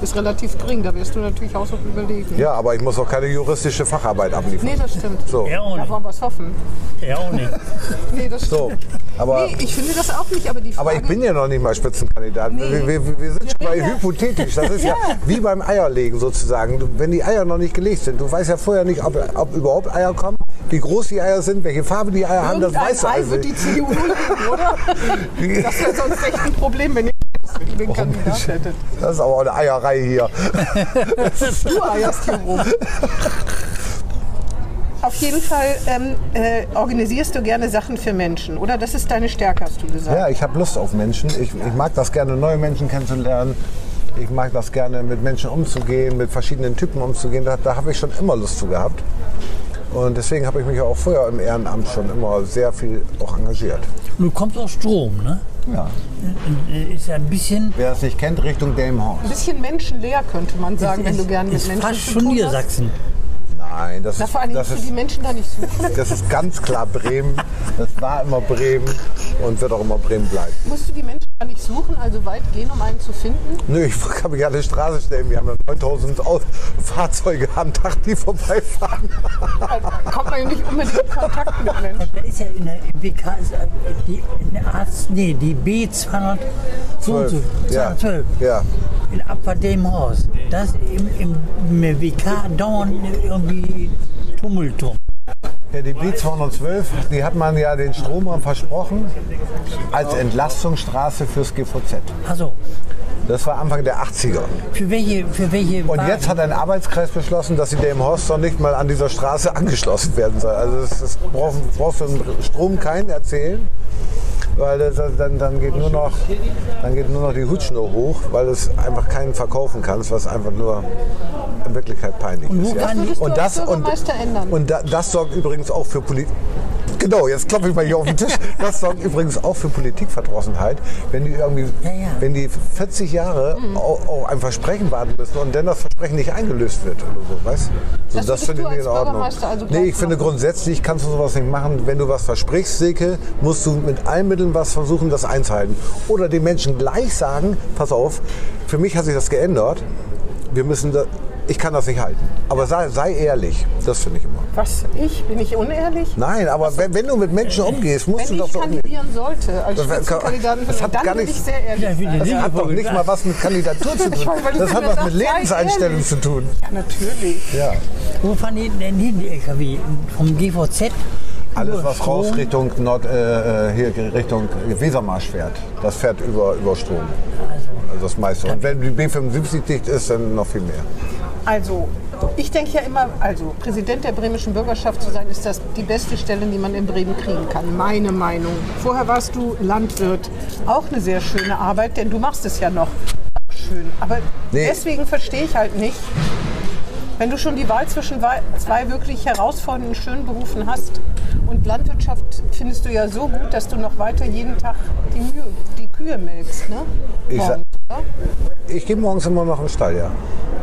Speaker 2: ist relativ gering. Da wirst du natürlich auch so überlegen.
Speaker 4: ja, aber ich muss doch keine juristische Facharbeit abliefern.
Speaker 2: Nee, das stimmt.
Speaker 4: So,
Speaker 3: Er auch
Speaker 2: Da
Speaker 3: nicht.
Speaker 2: wollen wir es hoffen.
Speaker 3: Er auch nicht.
Speaker 2: Nee, das stimmt.
Speaker 4: so. Aber,
Speaker 2: Nee, ich finde das auch nicht, aber die Frage,
Speaker 4: aber ich bin ja noch nicht mal Spitzenkandidat. Wir, wir, wir sind schon
Speaker 2: Wir
Speaker 4: mal
Speaker 2: reden ja-
Speaker 4: hypothetisch. Das ist ja.
Speaker 2: Ja.
Speaker 4: wie beim Eierlegen sozusagen. Du- Wenn die Eier noch nicht gelegt sind, du weißt ja vorher nicht, ob, ob überhaupt Eier kommen, wie groß die Eier sind, welche Farbe die Eier haben, das
Speaker 2: irgendein
Speaker 4: weißt du
Speaker 2: Ei
Speaker 4: also
Speaker 2: wird die
Speaker 4: nicht.
Speaker 2: CDU legen, oder? Das wäre sonst echt ein Problem, wenn ihr den Kandidat hättet.
Speaker 4: Das ist aber auch eine Eierei hier.
Speaker 2: Du eierst hier rum. Auf jeden Fall ähm, äh, organisierst du gerne Sachen für Menschen, oder? Das ist deine Stärke, hast du gesagt.
Speaker 4: Ja, ich habe Lust auf Menschen. Ich, ich mag das gerne, neue Menschen kennenzulernen. Ich mag das gerne, mit Menschen umzugehen, mit verschiedenen Typen umzugehen. Da, da habe ich schon immer Lust zu gehabt. Und deswegen habe ich mich auch vorher im Ehrenamt schon immer sehr viel auch engagiert.
Speaker 3: Du kommst aus Strom, ne? äh,
Speaker 4: Ja.
Speaker 3: Ist ja ein bisschen.
Speaker 4: Wer es nicht kennt, Richtung Delmenhorst.
Speaker 2: Ein bisschen menschenleer, könnte man sagen, wenn du gerne mit
Speaker 3: ist
Speaker 2: Menschen
Speaker 3: fast
Speaker 2: zu
Speaker 3: schon
Speaker 2: tun hast.
Speaker 3: Niedersachsen.
Speaker 4: Nein, das
Speaker 2: Na,
Speaker 4: ist,
Speaker 2: vor allem
Speaker 4: das
Speaker 2: für die
Speaker 4: ist,
Speaker 2: Menschen da nicht suchen.
Speaker 4: das ist ganz klar Bremen. Das war immer Bremen und wird auch immer Bremen bleiben.
Speaker 2: Musst du die Menschen da nicht suchen, also weit gehen, um einen zu finden?
Speaker 4: Nö, ich kann mich an die Straße stellen. Wir haben ja 9000 Au- Fahrzeuge am Tag, die vorbeifahren.
Speaker 2: Da kommt man ja nicht unbedingt in Kontakt mit Menschen.
Speaker 3: Da ist ja in der BK ist äh, die in der Arzt, nee, die B212. So und so,
Speaker 4: Ja.
Speaker 3: 212.
Speaker 4: ja.
Speaker 3: In Upper Delmhorst. Das im, im, im WK dauernd irgendwie Tummeltum.
Speaker 4: Ja, die B212, die hat man ja den Stromern versprochen als Entlastungsstraße fürs GVZ.
Speaker 3: Also,
Speaker 4: Das war Anfang der 80er.
Speaker 3: für welche, für welche
Speaker 4: Und
Speaker 3: Wagen?
Speaker 4: jetzt hat ein Arbeitskreis beschlossen, dass sie dem Horst noch nicht mal an dieser Straße angeschlossen werden soll. Also das, das braucht, braucht für den Strom keinen erzählen, weil das, dann, dann, geht nur noch, dann geht nur noch die Hutschnur hoch, weil es einfach keinen verkaufen kannst, was einfach nur in Wirklichkeit peinlich
Speaker 3: Und wo
Speaker 4: ist.
Speaker 3: kann-
Speaker 2: Würdest du als Bürgermeister ändern?
Speaker 4: Und da, das sorgt übrigens auch für Politik. Genau, jetzt klopfe ich mal hier auf den Tisch. Das sorgt übrigens auch für Politikverdrossenheit, wenn die irgendwie,
Speaker 3: Ja, ja.
Speaker 4: wenn die 40 Jahre
Speaker 2: Mhm.
Speaker 4: auf, auf ein Versprechen warten müssen und dann das Versprechen nicht eingelöst wird oder so, weißt du?
Speaker 2: Das würdest du als Bürgermeister also
Speaker 4: nee, ich
Speaker 2: gleich
Speaker 4: finde
Speaker 2: machen?
Speaker 4: grundsätzlich kannst du sowas nicht machen. Wenn du was versprichst, Silke, musst du mit allen Mitteln was versuchen, das einzuhalten. Oder den Menschen gleich sagen, pass auf, für mich hat sich das geändert. Wir müssen da, ich kann das nicht halten. Aber sei, sei ehrlich, das finde ich immer.
Speaker 2: Was? Ich? Bin ich unehrlich?
Speaker 4: Nein, aber wenn, wenn du mit Menschen umgehst, musst
Speaker 2: Äh. Wenn
Speaker 4: du doch
Speaker 2: ich
Speaker 4: so umgehen.
Speaker 2: kandidieren sollte als
Speaker 4: Das hat-
Speaker 2: Spitzenkandidaten,
Speaker 4: das hat
Speaker 2: dann
Speaker 4: gar
Speaker 2: bin ich
Speaker 4: nichts-
Speaker 2: sehr ehrlich.
Speaker 3: Ja, wie die
Speaker 2: sein.
Speaker 4: Das
Speaker 3: Dinge
Speaker 4: Also, hat doch nicht
Speaker 3: vorgegangen.
Speaker 4: mal was mit Kandidatur zu tun.
Speaker 2: weiß, weil du
Speaker 4: Das
Speaker 2: mir
Speaker 4: hat was
Speaker 2: sagst,
Speaker 4: mit
Speaker 2: sei
Speaker 4: Lebenseinstellung
Speaker 2: ehrlich.
Speaker 4: zu tun.
Speaker 2: Ja, natürlich.
Speaker 4: Ja.
Speaker 3: Wo fahren die denn hin, die LKW? Vom GVZ?
Speaker 4: Alles,
Speaker 3: über
Speaker 4: was
Speaker 3: Strom?
Speaker 4: raus Richtung Nord, äh, äh, hier Richtung Wesermarsch fährt, das fährt über, über Strom. Also das meiste. Und wenn die B75 dicht ist, dann noch viel mehr.
Speaker 2: Also, ich denke ja immer, also Präsident der bremischen Bürgerschaft zu sein, ist das die beste Stelle, die man in Bremen kriegen kann. Meine Meinung. Vorher warst du Landwirt. Auch eine sehr schöne Arbeit, denn du machst es ja noch. Schön. Aber
Speaker 4: Nee.
Speaker 2: deswegen verstehe ich halt nicht, wenn du schon die Wahl zwischen wei- zwei wirklich herausfordernden, schönen Berufen hast und Landwirtschaft findest du ja so gut, dass du noch weiter jeden Tag die, Mühe, die Kühe melkst, ne?
Speaker 4: Ich sag-
Speaker 2: Morgens, oder?
Speaker 4: Ich gehe morgens immer noch in den Stall, ja.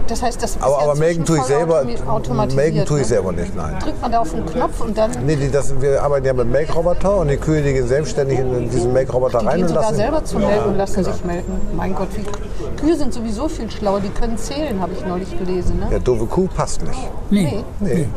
Speaker 2: Das heißt, das ist
Speaker 4: Aber,
Speaker 2: ja
Speaker 4: aber melken tue ich
Speaker 2: inzwischen voll
Speaker 4: selber,
Speaker 2: automi- automatisiert,
Speaker 4: melken tue ich
Speaker 2: ne?
Speaker 4: selber nicht, nein.
Speaker 2: Drückt man da auf den Knopf und dann
Speaker 4: Nee, die, das, wir arbeiten ja mit Melkroboter und die Kühe, die gehen selbstständig in diesen Melkroboter rein
Speaker 2: gehen
Speaker 4: und
Speaker 2: sogar
Speaker 4: lassen.
Speaker 2: selber zum Melken und lassen sich melken. Mein Gott, wie Kühe sind sowieso viel schlauer. Die können zählen, habe ich neulich gelesen. Ne?
Speaker 4: Ja, doofe Kuh passt nicht.
Speaker 2: Nee.
Speaker 4: Nee,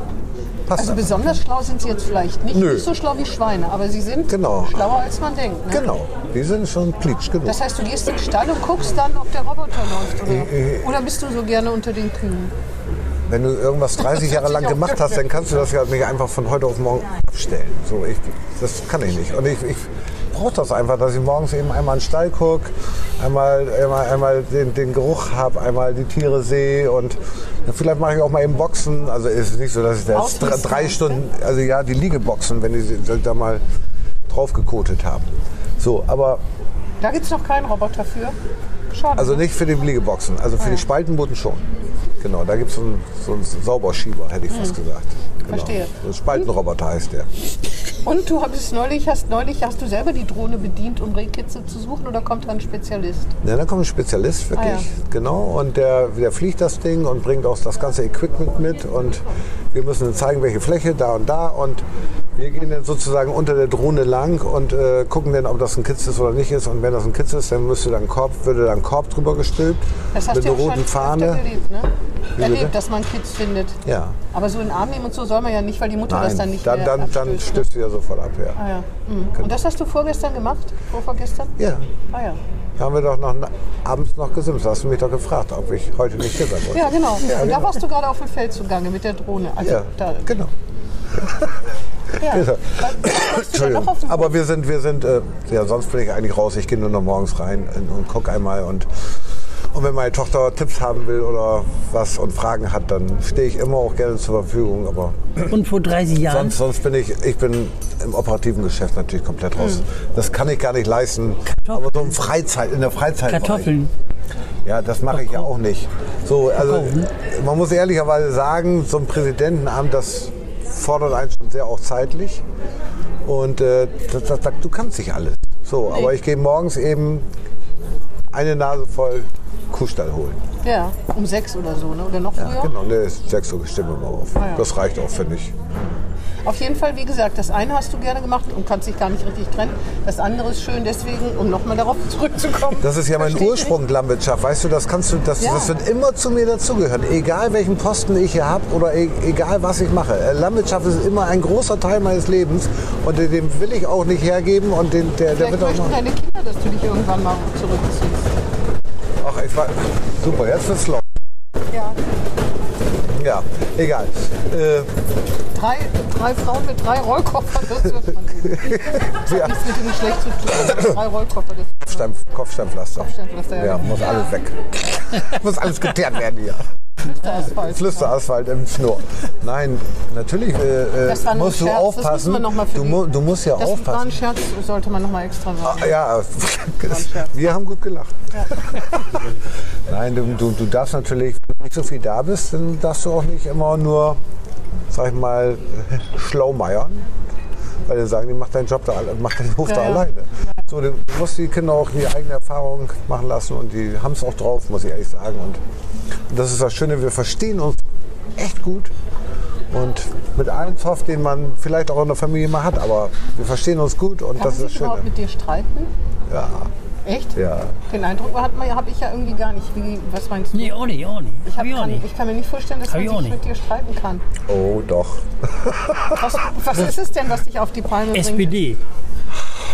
Speaker 4: passt
Speaker 2: Also
Speaker 4: nicht.
Speaker 2: besonders schlau sind sie jetzt vielleicht nicht.
Speaker 4: Nö.
Speaker 2: Nicht so schlau wie Schweine, aber sie sind
Speaker 4: Genau.
Speaker 2: schlauer, als man denkt. Ne?
Speaker 4: Genau, die sind schon klitsch genug.
Speaker 2: Das heißt, du gehst in den Stall und guckst dann, ob der Roboter läuft
Speaker 4: Äh,
Speaker 2: oder, oder bist du so gerne unter den Kühen?
Speaker 4: Wenn du irgendwas 30 Jahre lang gemacht hast, dann kannst du das ja nicht einfach von heute auf morgen abstellen. So, ich, das kann ich nicht. Und ich, ich brauche das einfach, dass ich morgens eben einmal in den Stall gucke, einmal, einmal, einmal den, den Geruch habe, einmal die Tiere sehe und vielleicht mache ich auch mal eben Boxen. Also es ist nicht so, dass ich da jetzt dr-
Speaker 2: Ausrüstung,
Speaker 4: drei
Speaker 2: ne?
Speaker 4: Stunden, also ja, die Liegeboxen, wenn die sie da mal drauf gekotet haben. So, aber
Speaker 2: Da gibt es noch keinen Roboter für. Schade.
Speaker 4: also nicht für die Liegeboxen, also für die
Speaker 2: Ah.
Speaker 4: Spaltenboten schon. Genau, da gibt es so einen, so einen Sauberschieber, hätte ich fast gesagt. Genau.
Speaker 2: Ah. Verstehe.
Speaker 4: So ein Spaltenroboter heißt der.
Speaker 2: und du hast neulich, hast neulich, hast du selber die Drohne bedient, um Rehkitze zu suchen oder kommt da ein Spezialist?
Speaker 4: Ja, dann kommt ein Spezialist wirklich,
Speaker 2: Ah, ja.
Speaker 4: genau, und der, der fliegt das Ding und bringt auch das ganze Equipment mit und wir müssen dann zeigen, welche Fläche da und da und wir gehen dann sozusagen unter der Drohne lang und äh, gucken dann, ob das ein Kitz ist oder nicht ist und wenn das ein Kitz ist, dann müsste dann Korb, würde dann Korb drüber gestülpt
Speaker 2: Das hast
Speaker 4: mit
Speaker 2: du
Speaker 4: einer
Speaker 2: ja auch
Speaker 4: roten
Speaker 2: schon
Speaker 4: Fahne.
Speaker 2: öfter erlebt, ne?
Speaker 4: bitte?
Speaker 2: Erlebt, dass man Kids findet.
Speaker 4: Ja.
Speaker 2: Aber so in den Arm nehmen und so soll man ja nicht, weil die Mutter das dann
Speaker 4: Nein,
Speaker 2: nicht
Speaker 4: dann,
Speaker 2: mehr
Speaker 4: dann, dann Genau.
Speaker 2: abstößt, ne?
Speaker 4: stößt du ja sofort ab, ja.
Speaker 2: Ah, ja. mhm. Und das hast du vorgestern gemacht? Vorvorgestern?
Speaker 4: Ja,
Speaker 2: Ah ja.
Speaker 4: da haben wir doch noch na- abends noch gesimst. Da Hast du mich doch gefragt, ob ich heute nicht hier sein wollte.
Speaker 2: Ja, genau. und da
Speaker 4: genau.
Speaker 2: warst du gerade auf dem Feld zugange mit der Drohne. Also
Speaker 4: Ja,
Speaker 2: da,
Speaker 4: genau.
Speaker 2: ja. Was du
Speaker 4: genau.
Speaker 2: da noch
Speaker 4: Entschuldigung.
Speaker 2: auf dem
Speaker 4: Aber wir sind, wir sind, äh, ja, sonst bin ich eigentlich raus. Ich gehe nur noch morgens rein und, und gucke einmal. Und, und wenn meine Tochter Tipps haben will oder was und Fragen hat, dann stehe ich immer auch gerne zur Verfügung. Aber
Speaker 3: Und vor 30 Jahren
Speaker 4: sonst, sonst bin ich, ich bin im operativen Geschäft natürlich komplett raus.
Speaker 2: Hm.
Speaker 4: Das kann ich gar nicht leisten. Aber so in Freizeit, in der Freizeit.
Speaker 3: Kartoffeln.
Speaker 4: Ja, das mache ich ja auch nicht. So, also man muss ehrlicherweise sagen, so ein Präsidentenamt, das fordert einen schon sehr auch zeitlich. Und äh, das, das, das, du kannst nicht alles. So, aber ich gehe morgens eben eine Nase voll Kuhstall holen.
Speaker 2: ja, um sechs oder so, ne? oder noch früher.
Speaker 4: Genau, ne, ist 6 Uhr stimmen wir mal auf.
Speaker 2: ja.
Speaker 4: Das reicht auch, finde ich.
Speaker 2: Auf jeden Fall, wie gesagt, das eine hast du gerne gemacht und kannst dich gar nicht richtig trennen. Das andere ist schön, deswegen, um nochmal darauf zurückzukommen.
Speaker 4: Das ist ja mein
Speaker 2: Verstehe ich
Speaker 4: Ursprung, Landwirtschaft. Weißt du, das kannst du, das,
Speaker 2: Ja.
Speaker 4: das wird immer zu mir dazugehören. Egal welchen Posten ich hier habe oder e egal was ich mache. Äh, Landwirtschaft ist immer ein großer Teil meines Lebens und den- den will ich auch nicht hergeben und den, der, der
Speaker 2: Vielleicht
Speaker 4: wird auch
Speaker 2: möchten
Speaker 4: noch.
Speaker 2: deine Kinder, dass du dich irgendwann mal zurückziehst. halt
Speaker 4: Ach, ich war, super, jetzt wird's laut.
Speaker 2: Ja.
Speaker 4: Ja, egal. Äh,
Speaker 2: Drei, drei Frauen mit drei Rollkoffern, das hört man gut. Das
Speaker 4: Ja.
Speaker 2: hat nichts mit dem Geschlecht zu tun. aber Drei Rollkoffer, das
Speaker 4: Stamm, Kopfsteinpflaster.
Speaker 2: Kopfsteinpflaster, ja.
Speaker 4: ja. muss alles weg. muss alles geteert werden hier.
Speaker 2: ist der Asphalt.
Speaker 4: Flüsterasphalt im Schnur. Nein, natürlich äh,
Speaker 2: Das war nur
Speaker 4: äh,
Speaker 2: ein
Speaker 4: musst
Speaker 2: Scherz, das
Speaker 4: du
Speaker 2: müssen wir
Speaker 4: aufpassen.
Speaker 2: noch mal für
Speaker 4: du,
Speaker 2: die-
Speaker 4: mu- du musst ja
Speaker 2: Das war
Speaker 4: aufpassen.
Speaker 2: ein Scherz, sollte man nochmal extra machen.
Speaker 4: Ah, Ja,
Speaker 2: Scherz.
Speaker 4: wir haben gut gelacht. Nein, du, du, du darfst natürlich, wenn du nicht so viel da bist, dann darfst du auch nicht immer nur, sag ich mal, schlaumeiern. Weil dann sagen, die macht deinen Job da, alle- macht deinen Hof
Speaker 2: Ja,
Speaker 4: da
Speaker 2: ja.
Speaker 4: alleine. So, du musst die Kinder auch die eigene Erfahrung machen lassen und die haben es auch drauf, muss ich ehrlich sagen. Und das ist das Schöne, wir verstehen uns echt gut. Und mit allem Zoff, den man vielleicht auch in der Familie mal hat, aber wir verstehen uns gut und
Speaker 2: Kann
Speaker 4: das ist
Speaker 2: man
Speaker 4: das
Speaker 2: sich
Speaker 4: Schöne.
Speaker 2: überhaupt mit dir streiten?
Speaker 4: Ja,
Speaker 2: Echt?
Speaker 4: ja.
Speaker 2: Den Eindruck habe ich ja irgendwie gar nicht. Wie, was meinst du?
Speaker 3: Nee, auch nicht, auch nicht.
Speaker 2: ich, hab,
Speaker 3: Hab ich auch
Speaker 2: kann,
Speaker 3: nicht.
Speaker 2: ich kann mir nicht vorstellen, dass
Speaker 3: Hab
Speaker 2: man
Speaker 3: ich auch
Speaker 2: sich mit
Speaker 3: nicht.
Speaker 2: dir streiten kann.
Speaker 4: Oh, doch.
Speaker 2: Was, was ist es denn, was dich auf die Palme bringt?
Speaker 3: SPD.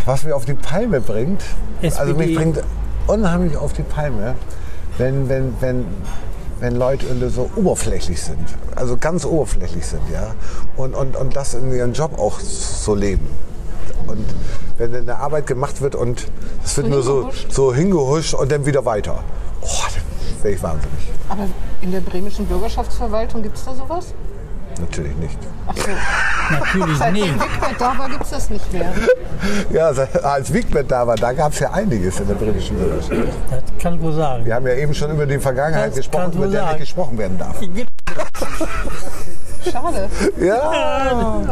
Speaker 4: Was mir auf die Palme bringt, also
Speaker 3: SPD.
Speaker 4: mich bringt unheimlich auf die Palme, wenn, wenn, wenn, wenn Leute so oberflächlich sind, also ganz oberflächlich sind, ja, und, und, und das in ihrem Job auch so leben. Und wenn dann eine Arbeit gemacht wird und es wird
Speaker 2: So
Speaker 4: nur so,
Speaker 2: hingehuscht.
Speaker 4: so hingehuscht und dann wieder weiter. Oh, dann wäre ich wahnsinnig.
Speaker 2: Aber in der bremischen Bürgerschaftsverwaltung gibt es da sowas?
Speaker 4: Natürlich nicht.
Speaker 2: Ach so.
Speaker 3: Natürlich
Speaker 2: Seitdem
Speaker 3: nicht.
Speaker 2: Wickfeld da war, gibt es das nicht mehr.
Speaker 4: Ja, als Wiegbett da war, da gab es ja einiges in der britischen Bürgerschaft.
Speaker 3: Das kann ich wohl sagen.
Speaker 4: Wir haben ja eben schon über die Vergangenheit
Speaker 3: Das
Speaker 4: gesprochen,
Speaker 3: kannst du
Speaker 4: über der nicht
Speaker 3: sagen.
Speaker 4: gesprochen werden darf.
Speaker 2: Schade.
Speaker 4: Ja,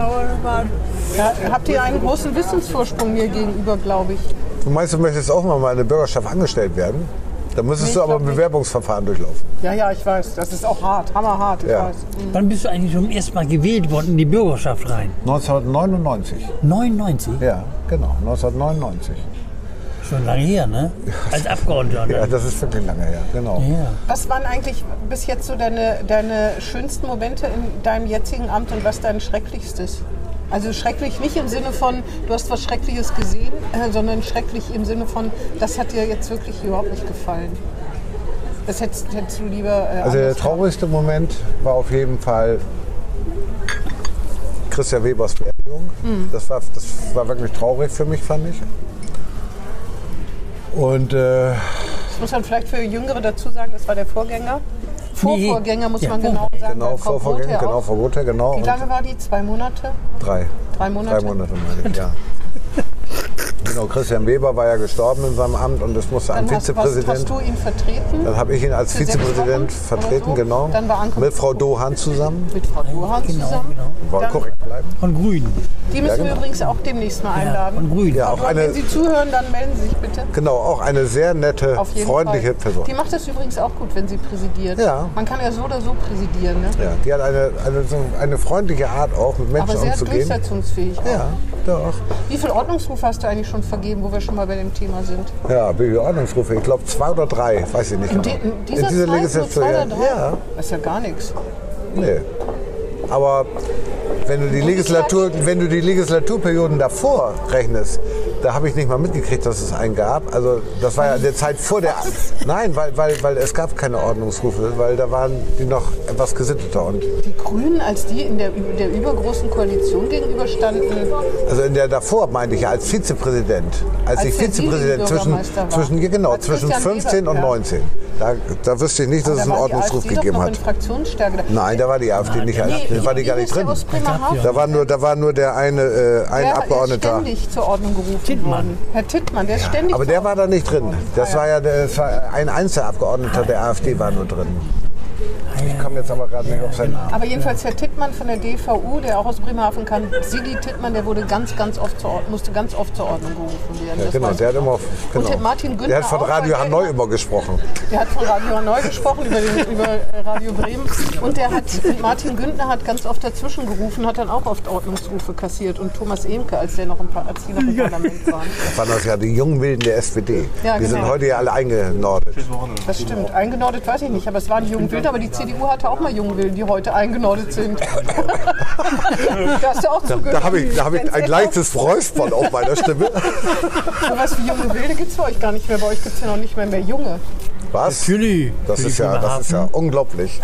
Speaker 2: Ja, habt ihr einen großen Wissensvorsprung mir gegenüber, glaube ich.
Speaker 4: du meinst, du möchtest auch mal in der Bürgerschaft angestellt werden? Da müsstest
Speaker 2: Nee,
Speaker 4: du
Speaker 2: ich
Speaker 4: aber ein
Speaker 2: glaub nicht.
Speaker 4: Bewerbungsverfahren durchlaufen.
Speaker 2: Ja, ja, ich weiß. Das ist auch hart, hammerhart, ich
Speaker 4: Ja.
Speaker 2: weiß.
Speaker 3: Wann bist du eigentlich zum ersten Mal gewählt worden in die Bürgerschaft rein?
Speaker 4: 1999.
Speaker 3: 99?
Speaker 4: Ja, genau, 1999.
Speaker 3: Schon lange her, ne? Als Abgeordneter.
Speaker 4: Ja,
Speaker 3: ne?
Speaker 4: das ist wirklich lange her, genau.
Speaker 3: ja.
Speaker 2: Was waren eigentlich bis jetzt so deine, deine schönsten Momente in deinem jetzigen Amt und was dein schrecklichstes? Also schrecklich nicht im Sinne von, du hast was Schreckliches gesehen, äh, sondern schrecklich im Sinne von, das hat dir jetzt wirklich überhaupt nicht gefallen. Das hättest, hättest du lieber. Äh,
Speaker 4: Also der
Speaker 2: anders gemacht.
Speaker 4: traurigste Moment war auf jeden Fall Christian Webers Beerdigung.
Speaker 2: Mhm.
Speaker 4: Das, war, das war wirklich traurig für mich, fand ich. Und äh,
Speaker 2: Das muss man vielleicht für Jüngere dazu sagen, das war der Vorgänger.
Speaker 3: Nee.
Speaker 2: Vorvorgänger muss
Speaker 3: Ja,
Speaker 2: man genau sagen.
Speaker 4: genau,
Speaker 2: da kommt
Speaker 4: Vorvorgänger,
Speaker 2: Rothher
Speaker 4: genau,
Speaker 2: auf.
Speaker 4: Frau Rother, genau.
Speaker 2: Wie
Speaker 4: Und
Speaker 2: lange war die? Zwei Monate?
Speaker 4: drei.
Speaker 2: Drei Monate?
Speaker 4: Drei Monate, meine ich, ja. Genau, Christian Weber war ja gestorben in seinem Amt und es musste ein
Speaker 2: Dann hast, was, hast
Speaker 4: Vizepräsident.
Speaker 2: du ihn vertreten?
Speaker 4: Dann habe ich ihn als
Speaker 2: Für sechs
Speaker 4: Vizepräsident
Speaker 2: Wochen
Speaker 4: vertreten,
Speaker 2: oder so.
Speaker 4: genau.
Speaker 2: Dann war Anke-
Speaker 4: mit Frau Dohan zusammen.
Speaker 2: Mit Frau Johann
Speaker 3: Genau,
Speaker 2: zusammen.
Speaker 3: genau.
Speaker 4: Wollen
Speaker 2: Dann-
Speaker 4: korrekt bleiben.
Speaker 3: Von Grün.
Speaker 2: Die müssen wir
Speaker 4: genau.
Speaker 2: übrigens auch demnächst mal
Speaker 3: Ja, von
Speaker 2: einladen.
Speaker 3: Grün.
Speaker 4: Ja, auch
Speaker 2: Und wenn
Speaker 4: eine,
Speaker 2: Sie zuhören, dann melden Sie sich bitte.
Speaker 4: genau, auch eine sehr nette,
Speaker 2: Auf jeden
Speaker 4: freundliche
Speaker 2: Fall.
Speaker 4: Person.
Speaker 2: Die macht das übrigens auch gut, wenn sie präsidiert.
Speaker 4: Ja.
Speaker 2: Man kann ja so oder so präsidieren. Ne?
Speaker 4: Ja, die hat eine, eine, so eine freundliche Art auch, mit
Speaker 2: Aber
Speaker 4: Menschen
Speaker 2: sehr
Speaker 4: umzugehen.
Speaker 2: durchsetzungsfähig. auch.
Speaker 4: Ja, doch.
Speaker 2: Wie viele Ordnungsrufe hast du eigentlich schon vergeben, wo wir schon mal bei dem Thema sind?
Speaker 4: Ja, Bürgerordnungsrufe, ich glaube zwei oder drei, weiß ich nicht
Speaker 2: In,
Speaker 4: genau.
Speaker 2: de, in dieser, Zeit nur zwei oder drei?
Speaker 4: Ja,
Speaker 2: Das ist ja gar nichts.
Speaker 4: nee. Aber wenn du die, Legislatur, wenn du die Legislaturperioden davor rechnest, da habe ich nicht mal mitgekriegt, dass es einen gab. Also das war ja in der Zeit vor der... Nein, weil, weil, weil es gab keine Ordnungsrufe, weil da waren die noch etwas gesitteter. Und
Speaker 2: Die Grünen, als die in der, der übergroßen Koalition gegenüberstanden,
Speaker 4: Also in der davor meinte ich ja als Vizepräsident, als,
Speaker 2: Als
Speaker 4: ich
Speaker 2: der
Speaker 4: Vizepräsident zwischen,
Speaker 2: Bürgermeister war.
Speaker 4: zwischen ja, genau
Speaker 2: Als
Speaker 4: zwischen
Speaker 2: Christian
Speaker 4: 15 und
Speaker 2: Weber, ja.
Speaker 4: 19. Da, da wüsste ich nicht, dass
Speaker 2: da
Speaker 4: es einen
Speaker 2: war
Speaker 4: Ordnungsruf
Speaker 2: die AfD
Speaker 4: gegeben
Speaker 2: doch noch
Speaker 4: hat.
Speaker 2: in Fraktionsstärke.
Speaker 4: Nein, da war die AfD nicht, da war die gar nicht drin.
Speaker 2: Aus Bremerhaven.
Speaker 4: Da war nur, da war nur der eine äh, ein
Speaker 2: Der
Speaker 4: Abgeordneter.
Speaker 2: ist ständig zur Ordnung gerufen
Speaker 3: Tittmann.
Speaker 2: worden. Herr Tittmann, der ist ständig
Speaker 4: Aber der war da nicht drin. Das war ja der- das war ein Einzelabgeordneter der AfD war nur drin. Ich komme jetzt aber gerade nicht auf seinen Namen.
Speaker 2: aber jedenfalls Herr Tittmann von der DVU, der auch aus Bremerhaven kam, Sigi Tittmann, der wurde ganz, ganz oft zur Ordnung, musste ganz oft zur Ordnung gerufen werden.
Speaker 4: Ja,
Speaker 2: Das
Speaker 4: genau,
Speaker 2: weiß
Speaker 4: der hat
Speaker 2: ich
Speaker 4: immer
Speaker 2: noch.
Speaker 4: genau.
Speaker 2: Also Und Martin Günther
Speaker 4: Der hat von
Speaker 2: auch,
Speaker 4: Radio
Speaker 2: weil der
Speaker 4: Hanoi
Speaker 2: immer-
Speaker 4: über gesprochen.
Speaker 2: Der hat von Radio Neu gesprochen, über, den, über äh, Radio Bremen. Und der hat, Martin Güntner hat ganz oft dazwischen gerufen, hat dann auch oft Ordnungsrufe kassiert. Und Thomas Ehmke, als, der noch im, Par- als die noch im Parlament waren.
Speaker 4: Das waren das ja die jungen Wilden der SPD.
Speaker 2: Ja,
Speaker 4: die sind
Speaker 2: genau.
Speaker 4: heute ja alle eingenordet.
Speaker 2: Das stimmt. Eingenordet weiß ich nicht, aber es waren die jungen Wilden. Aber die CDU hatte auch mal jungen Wilden, die heute eingenordet sind. da hast du auch zugehört.
Speaker 4: Da habe ich, da hab ich ein leichtes Räuspern auf meiner Stimme.
Speaker 2: So was wie junge Wilde gibt es bei euch gar nicht mehr. Bei euch gibt es ja noch nicht mehr mehr Junge.
Speaker 4: Was?
Speaker 3: Natürlich.
Speaker 4: Das
Speaker 3: Für die
Speaker 4: ist ja, das ist ja
Speaker 3: Bremerhaven.
Speaker 4: unglaublich.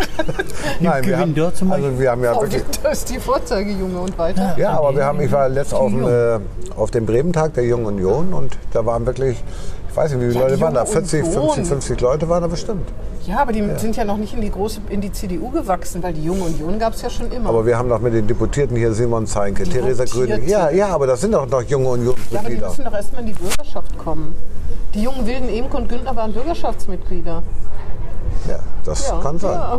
Speaker 4: wir
Speaker 3: Gewinn
Speaker 4: haben,
Speaker 3: dort zum Beispiel.
Speaker 4: also wir haben ja
Speaker 2: Oh,
Speaker 4: wirklich.
Speaker 2: das ist die Vorzeigejunge und weiter.
Speaker 4: Ja, aber wir haben, ich war letzt auf dem, äh, auf dem Brementag der Jungen Union und da waren wirklich, ich weiß nicht, wie viele
Speaker 2: Ja,
Speaker 4: Leute waren da?
Speaker 2: Junge
Speaker 4: 40,
Speaker 2: Union.
Speaker 4: 50, 50 Leute waren da bestimmt.
Speaker 2: Ja, aber die sind ja noch nicht in die große, in die CDU gewachsen, weil die junge Union gab es ja schon immer.
Speaker 4: Aber wir haben doch mit den Deputierten hier Simon Zeinke, Theresa
Speaker 2: Deputierte.
Speaker 4: Gröning. Ja, ja, aber das sind doch noch junge
Speaker 2: ja, aber die
Speaker 4: Unionsmitglieder.
Speaker 2: müssen doch erstmal in die Bürgerschaft kommen. Die jungen Wilden Emke und Günther waren Bürgerschaftsmitglieder.
Speaker 4: Ja, das
Speaker 2: Ja,
Speaker 4: kann sein.
Speaker 2: ja.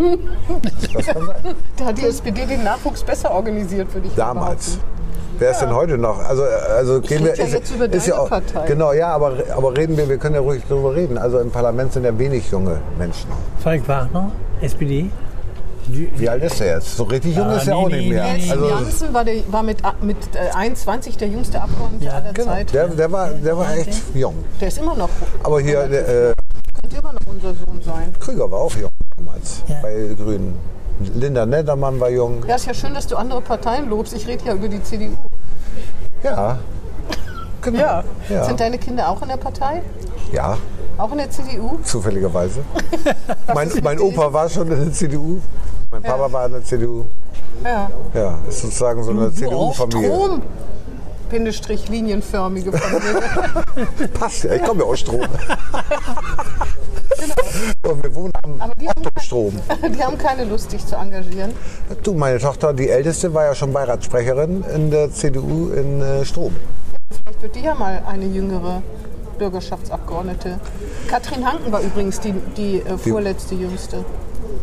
Speaker 4: Das kann sein.
Speaker 2: Da hat die SPD den Nachwuchs besser organisiert, würde ich
Speaker 4: Damals.
Speaker 2: behaupten.
Speaker 4: Wer ist denn heute noch? Also, äh, also gehen wir.
Speaker 2: rede ja jetzt über deine Partei.
Speaker 4: Genau, ja, aber, aber reden wir, wir können ja ruhig drüber reden. Also im Parlament sind ja wenig junge Menschen.
Speaker 3: Falk Wagner, SPD.
Speaker 4: Wie alt ist er jetzt? So richtig jung
Speaker 3: Ah,
Speaker 4: ist er
Speaker 3: nee,
Speaker 4: auch
Speaker 3: nee,
Speaker 4: nicht mehr.
Speaker 3: nee, nee.
Speaker 4: Also,
Speaker 2: Janssen war, der, war mit, mit äh, 21 der jüngste Abgeordnete
Speaker 3: Ja,
Speaker 2: aller
Speaker 4: genau,
Speaker 2: Zeit.
Speaker 4: der, der, war, der war echt jung.
Speaker 2: Der ist immer noch,
Speaker 4: Aber hier, der, äh,
Speaker 2: könnte immer noch unser Sohn sein.
Speaker 4: Krüger war auch jung damals
Speaker 3: Ja.
Speaker 4: bei den Grünen. Linda Nettermann war jung.
Speaker 2: Ja, ist ja schön, dass du andere Parteien lobst. Ich rede ja über die CDU.
Speaker 4: Ja. Genau.
Speaker 2: Ja.
Speaker 4: Ja.
Speaker 2: Sind deine Kinder auch in der Partei?
Speaker 4: ja,
Speaker 2: Auch in der CDU?
Speaker 4: zufälligerweise. mein, mein Opa war schon in der CDU. Mein Papa war in der CDU.
Speaker 2: Ja.
Speaker 4: Ja, ist sozusagen so eine CDU-Familie.
Speaker 2: Strom. Bindestrich linienförmige Familie.
Speaker 4: Passt ja, ich komme ja aus Strom. Genau. Und wir wohnen am
Speaker 2: Aber die haben,
Speaker 4: Strom.
Speaker 2: die haben keine Lust, dich zu engagieren.
Speaker 4: Du, meine Tochter, die Älteste, war ja schon Beiratssprecherin in der CDU in äh, Strom.
Speaker 2: Vielleicht wird dir ja mal eine jüngere Bürgerschaftsabgeordnete. Katrin Hanken war übrigens die, die, äh, vorletzte Jüngste.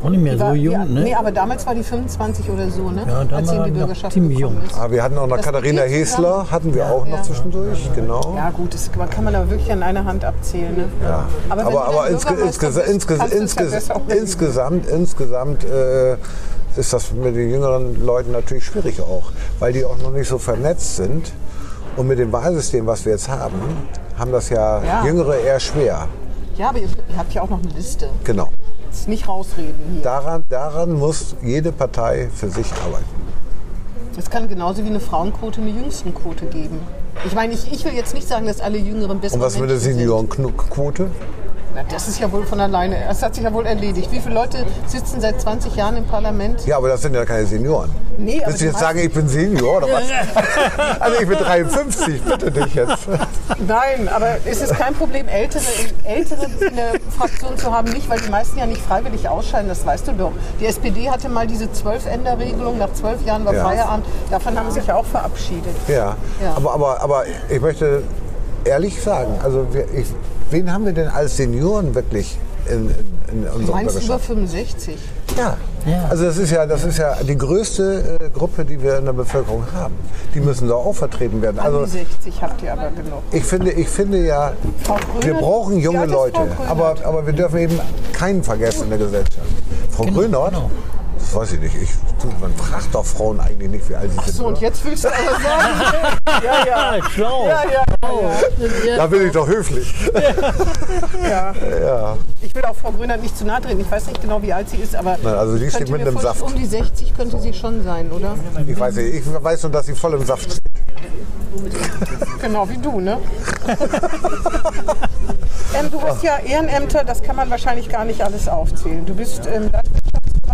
Speaker 3: Auch nicht mehr
Speaker 2: Die
Speaker 3: so
Speaker 2: war-
Speaker 3: jung,
Speaker 2: ja,
Speaker 3: ne?
Speaker 2: Nee, aber damals war die 25 oder so, ne?
Speaker 3: Ja, damals
Speaker 2: Als sie in
Speaker 3: war
Speaker 2: die
Speaker 3: die noch
Speaker 2: Bürgerschaft
Speaker 3: ziemlich
Speaker 2: gekommen
Speaker 3: jung.
Speaker 2: Ist.
Speaker 4: Aber Ah, wir hatten auch noch
Speaker 2: Das
Speaker 4: Katharina
Speaker 2: geht zusammen.
Speaker 4: Hesler, hatten wir auch noch
Speaker 2: ja.
Speaker 4: zwischendurch, genau.
Speaker 2: Ja gut, das kann man aber wirklich an einer Hand abzählen. Ne? Ja. Aber, wenn
Speaker 4: Aber,
Speaker 2: du
Speaker 4: aber
Speaker 2: dann
Speaker 4: insge
Speaker 2: Bürgermeister
Speaker 4: insge
Speaker 2: bist,
Speaker 4: insge
Speaker 2: kannst du es ja
Speaker 4: insge
Speaker 2: besser organisieren.
Speaker 4: insgesamt, insgesamt äh, ist das mit den jüngeren Leuten natürlich schwierig auch, weil die auch noch nicht so vernetzt sind. Und mit dem Wahlsystem, was wir jetzt haben, haben das ja,
Speaker 2: Ja.
Speaker 4: Jüngere eher schwer.
Speaker 2: Ja, aber ihr, ihr habt ja auch noch eine Liste.
Speaker 4: Genau.
Speaker 2: Jetzt nicht rausreden hier.
Speaker 4: Daran, daran muss jede Partei für sich arbeiten.
Speaker 2: Es kann genauso wie eine Frauenquote eine Jüngstenquote geben. Ich meine, ich, ich will jetzt nicht sagen, dass alle Jüngeren besser
Speaker 4: Und was mit der Seniorenquote?
Speaker 2: Na, das ist ja wohl von alleine. Das hat sich ja wohl erledigt. Wie viele Leute sitzen seit 20 Jahren im Parlament?
Speaker 4: Ja, aber das sind ja keine Senioren.
Speaker 2: Nee, aber
Speaker 4: Willst
Speaker 2: die
Speaker 4: du jetzt
Speaker 2: meisten-
Speaker 4: sagen, ich bin Senior oder was? also ich bin 53, bitte dich jetzt.
Speaker 2: Nein, aber es ist kein Problem, Ältere, Ältere in der Fraktion zu haben, nicht, weil die meisten ja nicht freiwillig ausscheiden, das weißt du doch. Die SPD hatte mal diese Zwölf-Änder-Regelung, nach zwölf Jahren war
Speaker 4: Ja.
Speaker 2: Feierabend, davon haben sie sich ja auch verabschiedet.
Speaker 4: Ja,
Speaker 2: Ja.
Speaker 4: Aber, aber, aber ich möchte ehrlich sagen, also wir, ich, wen haben wir denn als Senioren wirklich in, in, in unserer
Speaker 2: Meinst du über
Speaker 4: Bürgerschaft?
Speaker 2: 65?
Speaker 4: Ja.
Speaker 3: Ja.
Speaker 4: Also das ist ja, das ist ja die größte äh, Gruppe, die wir in der Bevölkerung haben. Die müssen da auch vertreten werden.
Speaker 2: Also,
Speaker 4: Also
Speaker 2: 60 habt ihr aber genug.
Speaker 4: ich finde, ich finde ja,
Speaker 2: Frau Grüne-
Speaker 4: wir brauchen
Speaker 2: Ja,
Speaker 4: junge
Speaker 2: das ist Frau
Speaker 4: Leute,
Speaker 2: Grüne.
Speaker 4: aber, aber wir dürfen eben keinen vergessen in der Gesellschaft. Frau Grünert,
Speaker 3: genau.
Speaker 4: das weiß ich nicht, ich, du, man fragt doch Frauen eigentlich nicht, wie alt sie sind.
Speaker 2: So, und
Speaker 4: oder?
Speaker 2: jetzt willst du aber sagen, ja, ja,
Speaker 3: Ah, schlau.
Speaker 2: ja, ja, ja,
Speaker 4: Da bin ich doch höflich.
Speaker 2: ja. Ich will auch Frau Grünert nicht zu nahe treten, ich weiß nicht genau, wie alt sie ist, aber
Speaker 4: Nein, also die
Speaker 2: ich
Speaker 4: steht
Speaker 2: könnte
Speaker 4: mitten
Speaker 2: mir
Speaker 4: im
Speaker 2: vorstellen,
Speaker 4: Saft.
Speaker 2: um die 60 könnte sie schon sein, oder?
Speaker 4: Ich weiß nicht, ich weiß nur, dass sie voll im Saft steht.
Speaker 2: Genau wie du, ne? ähm, du hast ja Ehrenämter, das kann man wahrscheinlich gar nicht alles aufzählen. Du bist im Landwirtschaftsverband,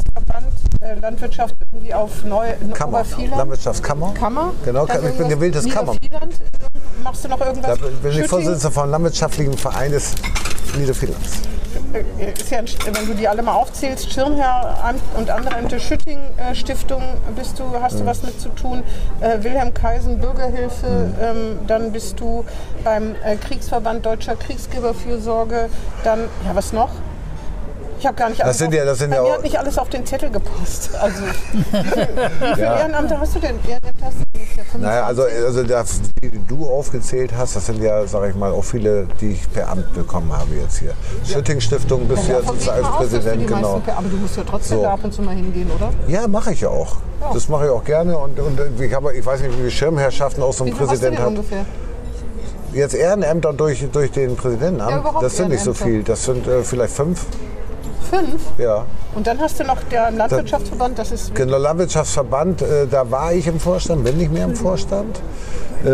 Speaker 2: Landwirtschaftsverband äh, Landwirtschaft irgendwie auf Neu
Speaker 4: Kammer,
Speaker 2: Obervieland.
Speaker 4: Landwirtschaftskammer.
Speaker 2: Kammer?
Speaker 4: Genau,
Speaker 2: Dann
Speaker 4: ich bin
Speaker 2: irgendwas-
Speaker 4: gewähltes Kammer.
Speaker 2: Niedervieland? Äh, Machst du noch
Speaker 4: Da
Speaker 2: irgendwas?
Speaker 4: bin ich
Speaker 2: Schüttingen?
Speaker 4: Vorsitzender vom Landwirtschaftlichen Verein des Niederfinlands.
Speaker 2: Äh, Ist ja, ein Sch- wenn du die alle mal aufzählst, Schirmherr und andere Ämter, Schütting äh, Stiftung bist du, hast
Speaker 4: Mhm.
Speaker 2: du was mit zu tun, äh, Wilhelm Kaisen Bürgerhilfe,
Speaker 4: Mhm.
Speaker 2: ähm, dann bist du beim äh, Kriegsverband Deutscher Kriegsgeberfürsorge, dann, ja was noch? Ich habe gar nicht alles
Speaker 4: sind
Speaker 2: auf,
Speaker 4: ja- das sind
Speaker 2: bei
Speaker 4: ja
Speaker 2: mir
Speaker 4: auch-
Speaker 2: hat nicht alles auf den Zettel gepasst. Also, wie viele Ehrenamte hast du denn? Ehrenamte hast du ungefähr 25?
Speaker 4: Naja, also, also da, die du aufgezählt hast, das sind ja, sag ich mal, auch viele, die ich per Amt bekommen habe jetzt hier. Schütting Stiftung bist du
Speaker 2: Ja,
Speaker 4: jetzt
Speaker 2: von geht
Speaker 4: als
Speaker 2: mal aus, dass wir die
Speaker 4: Präsident,
Speaker 2: meisten
Speaker 4: genau.
Speaker 2: per- Aber du musst ja trotzdem
Speaker 4: So.
Speaker 2: da ab und zu mal hingehen, oder?
Speaker 4: Ja, mache ich ja auch. Das mache ich auch gerne und, und ich, habe, ich weiß nicht, wie viele Schirmherrschaften auch so
Speaker 2: Wie
Speaker 4: ein
Speaker 2: viel hast du
Speaker 4: Präsident
Speaker 2: denn
Speaker 4: hat.
Speaker 2: ungefähr?
Speaker 4: Jetzt Ehrenämter durch, durch den
Speaker 2: Ja,
Speaker 4: Präsidentenamt,
Speaker 2: überhaupt
Speaker 4: das sind nicht so
Speaker 2: Ehrenämter.
Speaker 4: viel. Das sind äh, vielleicht fünf,
Speaker 2: Fünf?
Speaker 4: ja.
Speaker 2: Und dann hast du noch der Landwirtschaftsverband, das ist
Speaker 4: Genau, Landwirtschaftsverband, äh, da war ich im Vorstand, bin nicht mehr im Vorstand. Äh,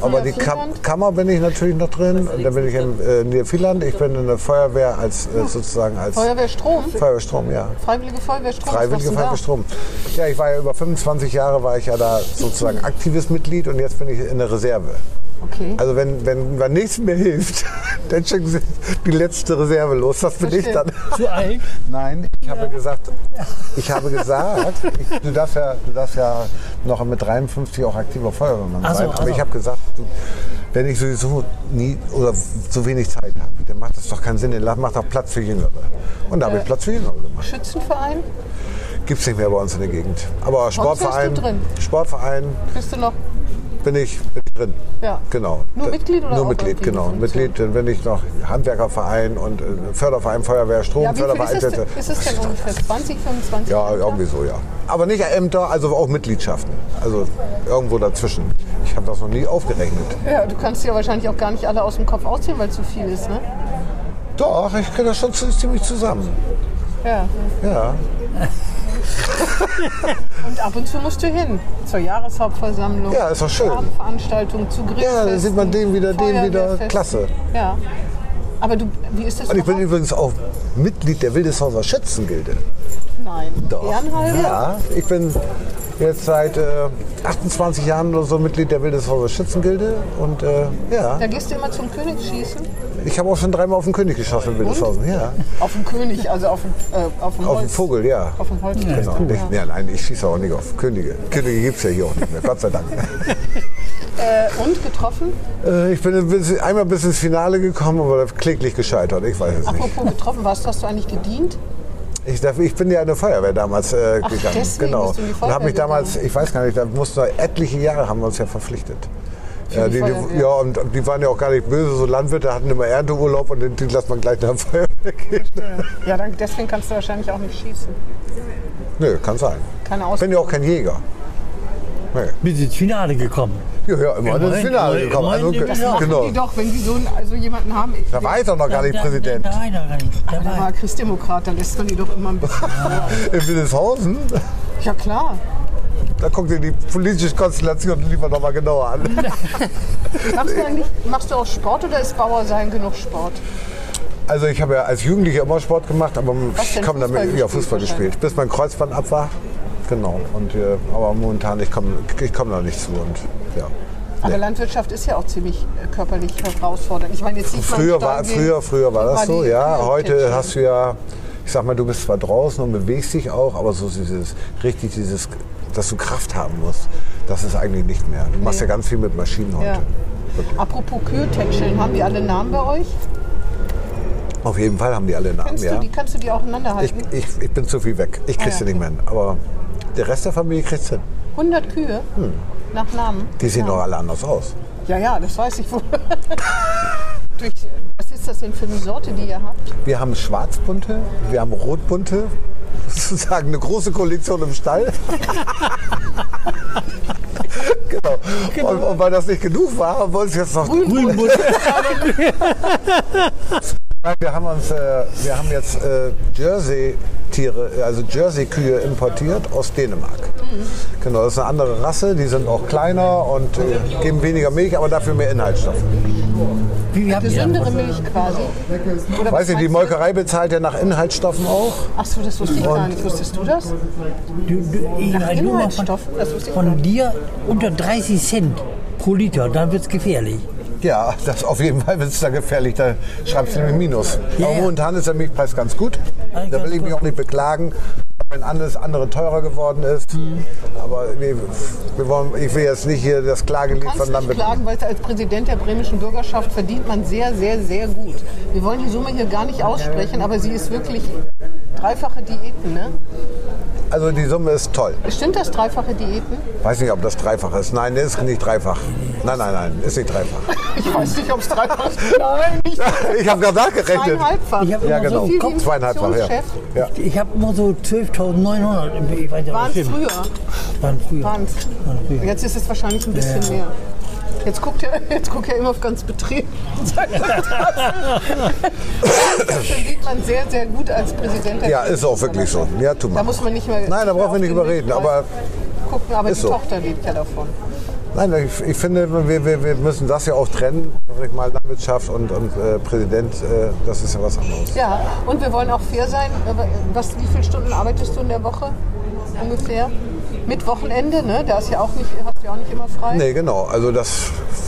Speaker 4: aber die Kam
Speaker 2: Niedervierland?
Speaker 4: Kammer bin ich natürlich noch drin. Und dann bin ich in äh, Niedervierland. Ich bin in der Feuerwehr als äh, sozusagen als
Speaker 2: Feuerwehr Strom,
Speaker 4: Feuerwehrstrom, ja.
Speaker 2: Freiwillige Feuerwehr Strom. was
Speaker 4: Mhm. Freiwillige
Speaker 2: machst du da?
Speaker 4: Feuerwehrstrom. Ja, ich war ja über 25 Jahre war ich ja da sozusagen aktives Mitglied und jetzt bin ich in der Reserve.
Speaker 2: Okay.
Speaker 4: Also wenn, wenn, wenn nichts mehr hilft, dann schicken sie die letzte Reserve los. Das bin ich
Speaker 2: Verstehe.
Speaker 4: dann.
Speaker 3: Zu alt?
Speaker 4: Nein, ich habe gesagt, ich habe gesagt, ich, du, darfst ja, du darfst ja noch mit 53 auch aktiver Feuerwehrmann
Speaker 3: Ach so,
Speaker 4: sein.
Speaker 3: ach
Speaker 4: Aber
Speaker 3: so.
Speaker 4: ich habe gesagt, du, wenn ich sowieso nie oder so wenig Zeit habe, dann macht das doch keinen Sinn. Dann macht doch Platz für Jüngere. Und da habe ich Platz für Jüngere gemacht.
Speaker 2: Schützenverein
Speaker 4: Gibt es nicht mehr bei uns in der Gegend. Aber Sportverein,
Speaker 2: drin?
Speaker 4: Sportverein
Speaker 2: bist du noch?
Speaker 4: bin ich, bin ich drin.
Speaker 2: Ja.
Speaker 4: Genau.
Speaker 2: Nur Mitglied oder
Speaker 4: Nur
Speaker 2: auch
Speaker 4: Mitglied,
Speaker 2: irgendwie
Speaker 4: genau.
Speaker 2: eine Funktion?
Speaker 4: Mitglied, dann bin ich noch Handwerkerverein und äh, Förderverein, Feuerwehr, Strom,
Speaker 2: Ja, wie
Speaker 4: Förderverein.
Speaker 2: viel ist es, denn- ist es denn ungefähr? 20, 25?
Speaker 4: Ja, irgendwie so, ja. Aber nicht Ämter, also auch Mitgliedschaften. Also irgendwo dazwischen. Ich habe das noch nie aufgerechnet.
Speaker 2: Ja, du kannst ja wahrscheinlich auch gar nicht alle aus dem Kopf auszählen, weil es zu viel ist, ne?
Speaker 4: Doch, ich kriege das schon zu- ziemlich zusammen.
Speaker 2: Ja.
Speaker 4: Ja.
Speaker 2: Und ab und zu musst du hin. Zur Jahreshauptversammlung.
Speaker 4: Ja, ist doch schön.
Speaker 2: Abendveranstaltung zu Grill.
Speaker 4: Ja, da sieht man den wieder, den wieder. Klasse.
Speaker 2: Ja. Aber du, wie ist das
Speaker 4: Und ich bin
Speaker 2: überhaupt?
Speaker 4: übrigens auch Mitglied der Wildeshauser Schützengilde.
Speaker 2: Nein.
Speaker 4: Doch.
Speaker 2: Ehrenhalber?
Speaker 4: Ja, ich bin jetzt seit äh, 28 Jahren oder so Mitglied der Wildeshauser Schützengilde. Und äh, ja,
Speaker 2: Da gehst du immer zum Königsschießen?
Speaker 4: ich habe auch schon dreimal auf den König geschossen in Wildeshausen. Ja.
Speaker 2: Auf den König, also auf den, äh, auf den
Speaker 4: Auf
Speaker 2: Holz.
Speaker 4: den Vogel, ja.
Speaker 2: Auf den Holz.
Speaker 4: Genau. Nicht, ja, nein, ich schieße auch nicht auf Könige. Könige gibt es ja hier auch nicht mehr, Gott sei Dank.
Speaker 2: Äh, und getroffen?
Speaker 4: Äh, ich bin ein bisschen, einmal bis ins Finale gekommen, aber kläglich gescheitert. Ich weiß es nicht.
Speaker 2: Apropos getroffen, warst hast du eigentlich gedient?
Speaker 4: Ich, darf, ich bin ja in der Feuerwehr damals äh,
Speaker 2: Ach,
Speaker 4: gegangen.
Speaker 2: deswegen
Speaker 4: genau.
Speaker 2: bist du in die
Speaker 4: und habe mich
Speaker 2: Feuerwehr
Speaker 4: damals,
Speaker 2: gegangen.
Speaker 4: ich weiß gar nicht, da mussten wir etliche Jahre haben wir uns ja verpflichtet. Ja,
Speaker 2: die
Speaker 4: die, die,
Speaker 2: Feuerwehr.
Speaker 4: ja, und die waren ja auch gar nicht böse. So Landwirte hatten immer Ernteurlaub und den, den lassen man gleich nach der Feuerwehr gehen.
Speaker 2: Ja, dann, deswegen kannst du wahrscheinlich auch nicht schießen.
Speaker 4: Nö, kann sein.
Speaker 2: Keine
Speaker 4: Ich bin ja
Speaker 2: Ausbildung.
Speaker 4: auch kein Jäger.
Speaker 3: Bis ins Finale gekommen.
Speaker 4: Ja, ja immer ins
Speaker 3: Immerhin,
Speaker 4: Finale
Speaker 3: immerhin,
Speaker 4: gekommen. Also,
Speaker 3: immerhin,
Speaker 2: Das
Speaker 3: ja.
Speaker 2: machen
Speaker 4: genau.
Speaker 2: die doch, wenn sie so einen, also jemanden haben. Ich,
Speaker 4: Da war ich doch noch gar nicht
Speaker 3: Da- da-
Speaker 4: Präsident.
Speaker 3: Da, da, da, da,
Speaker 2: der
Speaker 3: da war
Speaker 2: war Christdemokrat, da lässt man die doch immer ein bisschen.
Speaker 4: In Willishausen,
Speaker 2: ja klar.
Speaker 4: da guckt ihr die politische Konstellation lieber noch mal genauer an.
Speaker 2: Machst du, eigentlich, machst du auch Sport oder ist Bauer sein genug Sport?
Speaker 4: Also ich habe ja als Jugendlicher immer Sport gemacht, aber ich
Speaker 2: denn,
Speaker 4: komme damit
Speaker 2: Fußball
Speaker 4: ja,
Speaker 2: gespielt
Speaker 4: Fußball
Speaker 2: wahrscheinlich?
Speaker 4: gespielt, bis mein Kreuzband ab war. Genau. Und, äh, aber momentan, ich komme ich komm da nicht zu. Und, ja.
Speaker 2: Aber Landwirtschaft ist ja auch ziemlich äh, körperlich herausfordernd. Ich meine, jetzt sieht man
Speaker 4: Früher
Speaker 2: Stall
Speaker 4: war,
Speaker 2: gehen,
Speaker 4: früher, früher war das
Speaker 2: war
Speaker 4: so,
Speaker 2: die
Speaker 4: ja.
Speaker 2: Kühe
Speaker 4: Heute
Speaker 2: pitchen.
Speaker 4: hast du ja, ich sag mal, du bist zwar draußen und bewegst dich auch, aber so dieses, richtig dieses, dass du Kraft haben musst, das ist eigentlich nicht mehr. Du machst ja ganz viel mit Maschinen heute.
Speaker 2: Ja. Apropos Kühe tätscheln, haben die alle Namen bei euch?
Speaker 4: Auf jeden Fall haben die alle Namen,
Speaker 2: Kannst,
Speaker 4: ja.
Speaker 2: du, die, kannst du die auseinander
Speaker 4: Ich,
Speaker 2: halten?
Speaker 4: ich, ich bin zu viel weg. Ich krieg's
Speaker 2: Ah, ja,
Speaker 4: ja, nicht mehr hin. Aber der Rest der Familie kriegt's hin.
Speaker 2: 100 Kühe
Speaker 4: Hm.
Speaker 2: nach Namen?
Speaker 4: Die sehen
Speaker 2: ja.
Speaker 4: doch alle anders aus.
Speaker 2: Ja, ja, das weiß ich wohl. Durch, was ist das denn für eine Sorte, die ihr habt?
Speaker 4: Wir haben schwarzbunte, wir haben rotbunte. Sozusagen eine große Koalition im Stall. genau. Und, und weil das nicht genug war, haben wir uns jetzt noch.
Speaker 3: Grünbusch.
Speaker 4: Nein, Wir haben, uns, äh, wir haben jetzt äh, Jersey-Tiere, also Jersey-Kühe importiert aus Dänemark.
Speaker 2: Mhm.
Speaker 4: Genau, das ist eine andere Rasse, die sind auch kleiner und äh, geben weniger Milch, aber dafür mehr Inhaltsstoffe.
Speaker 3: Wie habt ihr
Speaker 2: Gesündere
Speaker 3: das?
Speaker 2: Milch quasi. Oder
Speaker 4: Weißt du, die
Speaker 2: meinst
Speaker 4: Molkerei bezahlt ja nach Inhaltsstoffen auch.
Speaker 2: Ach so, das wusste ich gar nicht. Wusstest du das?
Speaker 3: Du, du, ich
Speaker 2: Nach
Speaker 3: weiß nur noch von,
Speaker 2: Inhaltsstoffen? Das wusste ich gar
Speaker 3: von
Speaker 2: nicht.
Speaker 3: dir unter 30 Cent pro Liter, dann wird's gefährlich.
Speaker 4: Ja, das auf jeden Fall wird es da gefährlich. Da schreibst du nämlich Minus.
Speaker 3: Ja,
Speaker 4: Aber
Speaker 3: ja.
Speaker 4: momentan ist der Milchpreis ganz gut.
Speaker 3: Ah,
Speaker 4: Da
Speaker 3: ganz
Speaker 4: will ich mich
Speaker 3: gut.
Speaker 4: auch nicht beklagen, wenn alles andere teurer geworden ist. Aber nee, wir wollen, ich will jetzt nicht hier das Klagelied
Speaker 2: Kannst
Speaker 4: von
Speaker 2: nicht
Speaker 4: Lambert.
Speaker 2: klagen, weil als Präsident der bremischen Bürgerschaft verdient man sehr, sehr, sehr gut. Wir wollen die Summe hier gar nicht aussprechen, aber sie ist wirklich dreifache Diäten, ne?
Speaker 4: Also die Summe ist toll.
Speaker 2: Stimmt das dreifache Diäten?
Speaker 4: Weiß nicht, ob das dreifach ist. Nein, der ist nicht dreifach. Nein, nein, nein, ist nicht dreifach.
Speaker 2: Ich weiß nicht, ob es dreifach ist. Nein, nicht
Speaker 4: Ich habe gerade nachgerechnet.
Speaker 2: zweieinhalbfach.
Speaker 3: Ich hab
Speaker 4: Ja,
Speaker 3: immer so
Speaker 4: genau.
Speaker 2: viel wie ein
Speaker 4: Zweieinhalbfach, ja.
Speaker 2: Fraktionschef.
Speaker 4: ja.
Speaker 3: Ich habe immer so 12.900. im- Ich weiß ja,
Speaker 2: Waren
Speaker 3: bestimmt.
Speaker 2: früher.
Speaker 3: Waren früher.
Speaker 2: Waren's.
Speaker 3: Waren früher.
Speaker 2: Jetzt ist es wahrscheinlich ein bisschen mehr. Jetzt guckt er, jetzt guckt er immer auf ganz betrieben. das verdient man sehr, sehr gut als Präsident. der
Speaker 4: Ja, ist auch wirklich so. Ja, tu mal.
Speaker 2: Da muss man nicht mehr.
Speaker 4: Nein, da brauchen wir nicht überreden. Aber
Speaker 2: gucken, aber die
Speaker 4: ist so.
Speaker 2: Tochter lebt ja davon.
Speaker 4: Nein, ich, ich finde, wir, wir, wir müssen das ja auch trennen. Sag ich mal, Landwirtschaft und, und äh, Präsident, äh, das ist ja was anderes.
Speaker 2: Ja, und wir wollen auch fair sein. Aber äh, Was, wie viele Stunden arbeitest du in der Woche ungefähr? Mit Wochenende, ne? Da ist ja auch nicht, hast du ja auch nicht immer frei.
Speaker 4: Nee, genau. Also das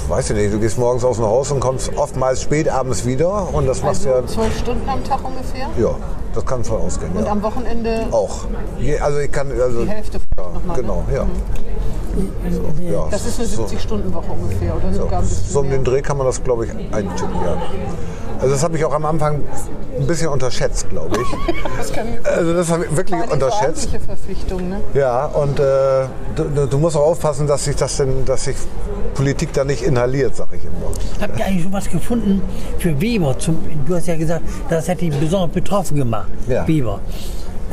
Speaker 4: weiß ich nicht. Du gehst morgens aus dem Haus und kommst oftmals spät abends wieder und das machst
Speaker 2: also
Speaker 4: ja.
Speaker 2: zwölf Stunden am Tag ungefähr.
Speaker 4: Ja, das kann von ausgehen.
Speaker 2: Und
Speaker 4: Ja.
Speaker 2: am Wochenende
Speaker 4: Auch. Je- Also ich kann. Also,
Speaker 2: die Hälfte vielleicht nochmal. Ne?
Speaker 4: genau, ja. ja.
Speaker 2: Das ist eine 70-Stunden-Woche ungefähr oder sogar ein bisschen
Speaker 4: So um
Speaker 2: mehr.
Speaker 4: den Dreh kann man das, glaube ich, eintippen, ja. Also das habe ich auch am Anfang ein bisschen unterschätzt, glaube ich.
Speaker 2: Das kann ich
Speaker 4: Also das habe ich wirklich
Speaker 2: Vor allem
Speaker 4: unterschätzt.
Speaker 2: verantwortliche Verpflichtung, ne?
Speaker 4: Ja, und äh, du- du, du musst auch aufpassen, dass sich das denn, dass sich Politik da nicht inhaliert, sag ich immer.
Speaker 3: Habt ihr eigentlich schon was gefunden für Weber? Zum, du hast ja gesagt, das hätte ihn besonders betroffen gemacht,
Speaker 4: Ja.
Speaker 3: Weber.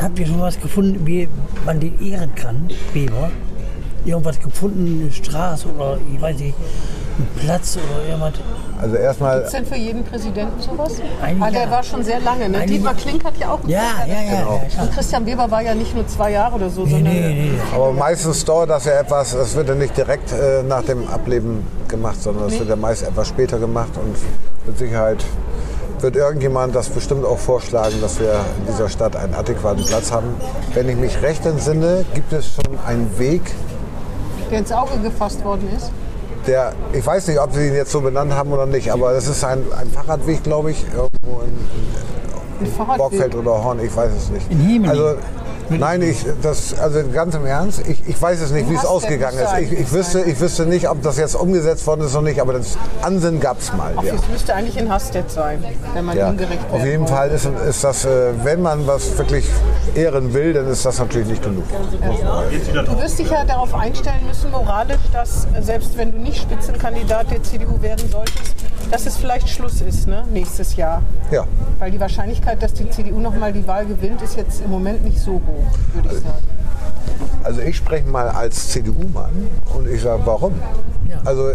Speaker 3: Habt ihr schon was gefunden, wie man den ehren kann, Weber? Irgendwas gefunden, eine Straße oder ich weiß nicht, ein Platz oder irgendwas?
Speaker 4: Also erstmal,
Speaker 2: Ist denn für jeden Präsidenten sowas?
Speaker 3: Eigentlich
Speaker 2: ah, der
Speaker 3: ja.
Speaker 2: war schon sehr lange, ne?
Speaker 3: Eigentlich
Speaker 2: Dietmar
Speaker 3: ja.
Speaker 2: Klink hat ja auch einen
Speaker 3: Ja,
Speaker 2: Vorstand.
Speaker 3: ja, ja. ja, ja.
Speaker 2: Und Christian Weber war ja nicht nur zwei Jahre oder so,
Speaker 3: Genau. Nee,
Speaker 2: sondern
Speaker 3: nee, nee.
Speaker 4: aber meistens dauert das ja etwas, das wird ja nicht direkt äh, nach dem Ableben gemacht, sondern das wird ja meist etwas später gemacht und mit Sicherheit wird irgendjemand das bestimmt auch vorschlagen, dass wir in dieser Stadt einen adäquaten Platz haben. Wenn ich mich recht entsinne, gibt es schon einen Weg,
Speaker 2: der ins Auge gefasst worden ist.
Speaker 4: der, ich weiß nicht, ob sie ihn jetzt so benannt haben oder nicht, aber das ist ein, ein Fahrradweg, glaube ich, irgendwo
Speaker 2: Ein
Speaker 4: in,
Speaker 2: Fahrradweg.
Speaker 4: Borgfeld oder Horn, ich weiß es nicht.
Speaker 3: In Hiemeling.
Speaker 4: Also Nein, ich, das, also ganz im Ernst, ich, ich weiß es nicht,
Speaker 2: Du
Speaker 4: wie es
Speaker 2: hast ja
Speaker 4: ausgegangen ist.
Speaker 2: gesagt,
Speaker 4: Ich, ich,
Speaker 2: das
Speaker 4: wüsste,
Speaker 2: heißt-
Speaker 4: ich wüsste nicht, ob das jetzt umgesetzt worden ist oder nicht, aber das Ansinnen gab es mal.
Speaker 2: Ach,
Speaker 4: Ja.
Speaker 2: Es müsste eigentlich in Hastedt sein, wenn man
Speaker 4: Ja.
Speaker 2: ungerecht
Speaker 4: Auf
Speaker 2: werden
Speaker 4: jeden
Speaker 2: wollte.
Speaker 4: Fall ist, ist das, äh, wenn man was wirklich ehren will, dann ist das natürlich nicht genug.
Speaker 5: Jetzt wieder
Speaker 2: Du
Speaker 5: drauf.
Speaker 2: wirst dich ja darauf einstellen müssen, moralisch, dass äh, selbst wenn du nicht Spitzenkandidat der CDU werden solltest, dass es vielleicht Schluss ist ne? nächstes Jahr.
Speaker 4: Ja.
Speaker 2: Weil die Wahrscheinlichkeit, dass die CDU nochmal die Wahl gewinnt, ist jetzt im Moment nicht so hoch, würde ich sagen.
Speaker 4: Also ich spreche mal als CDU-Mann und ich sage, warum? Also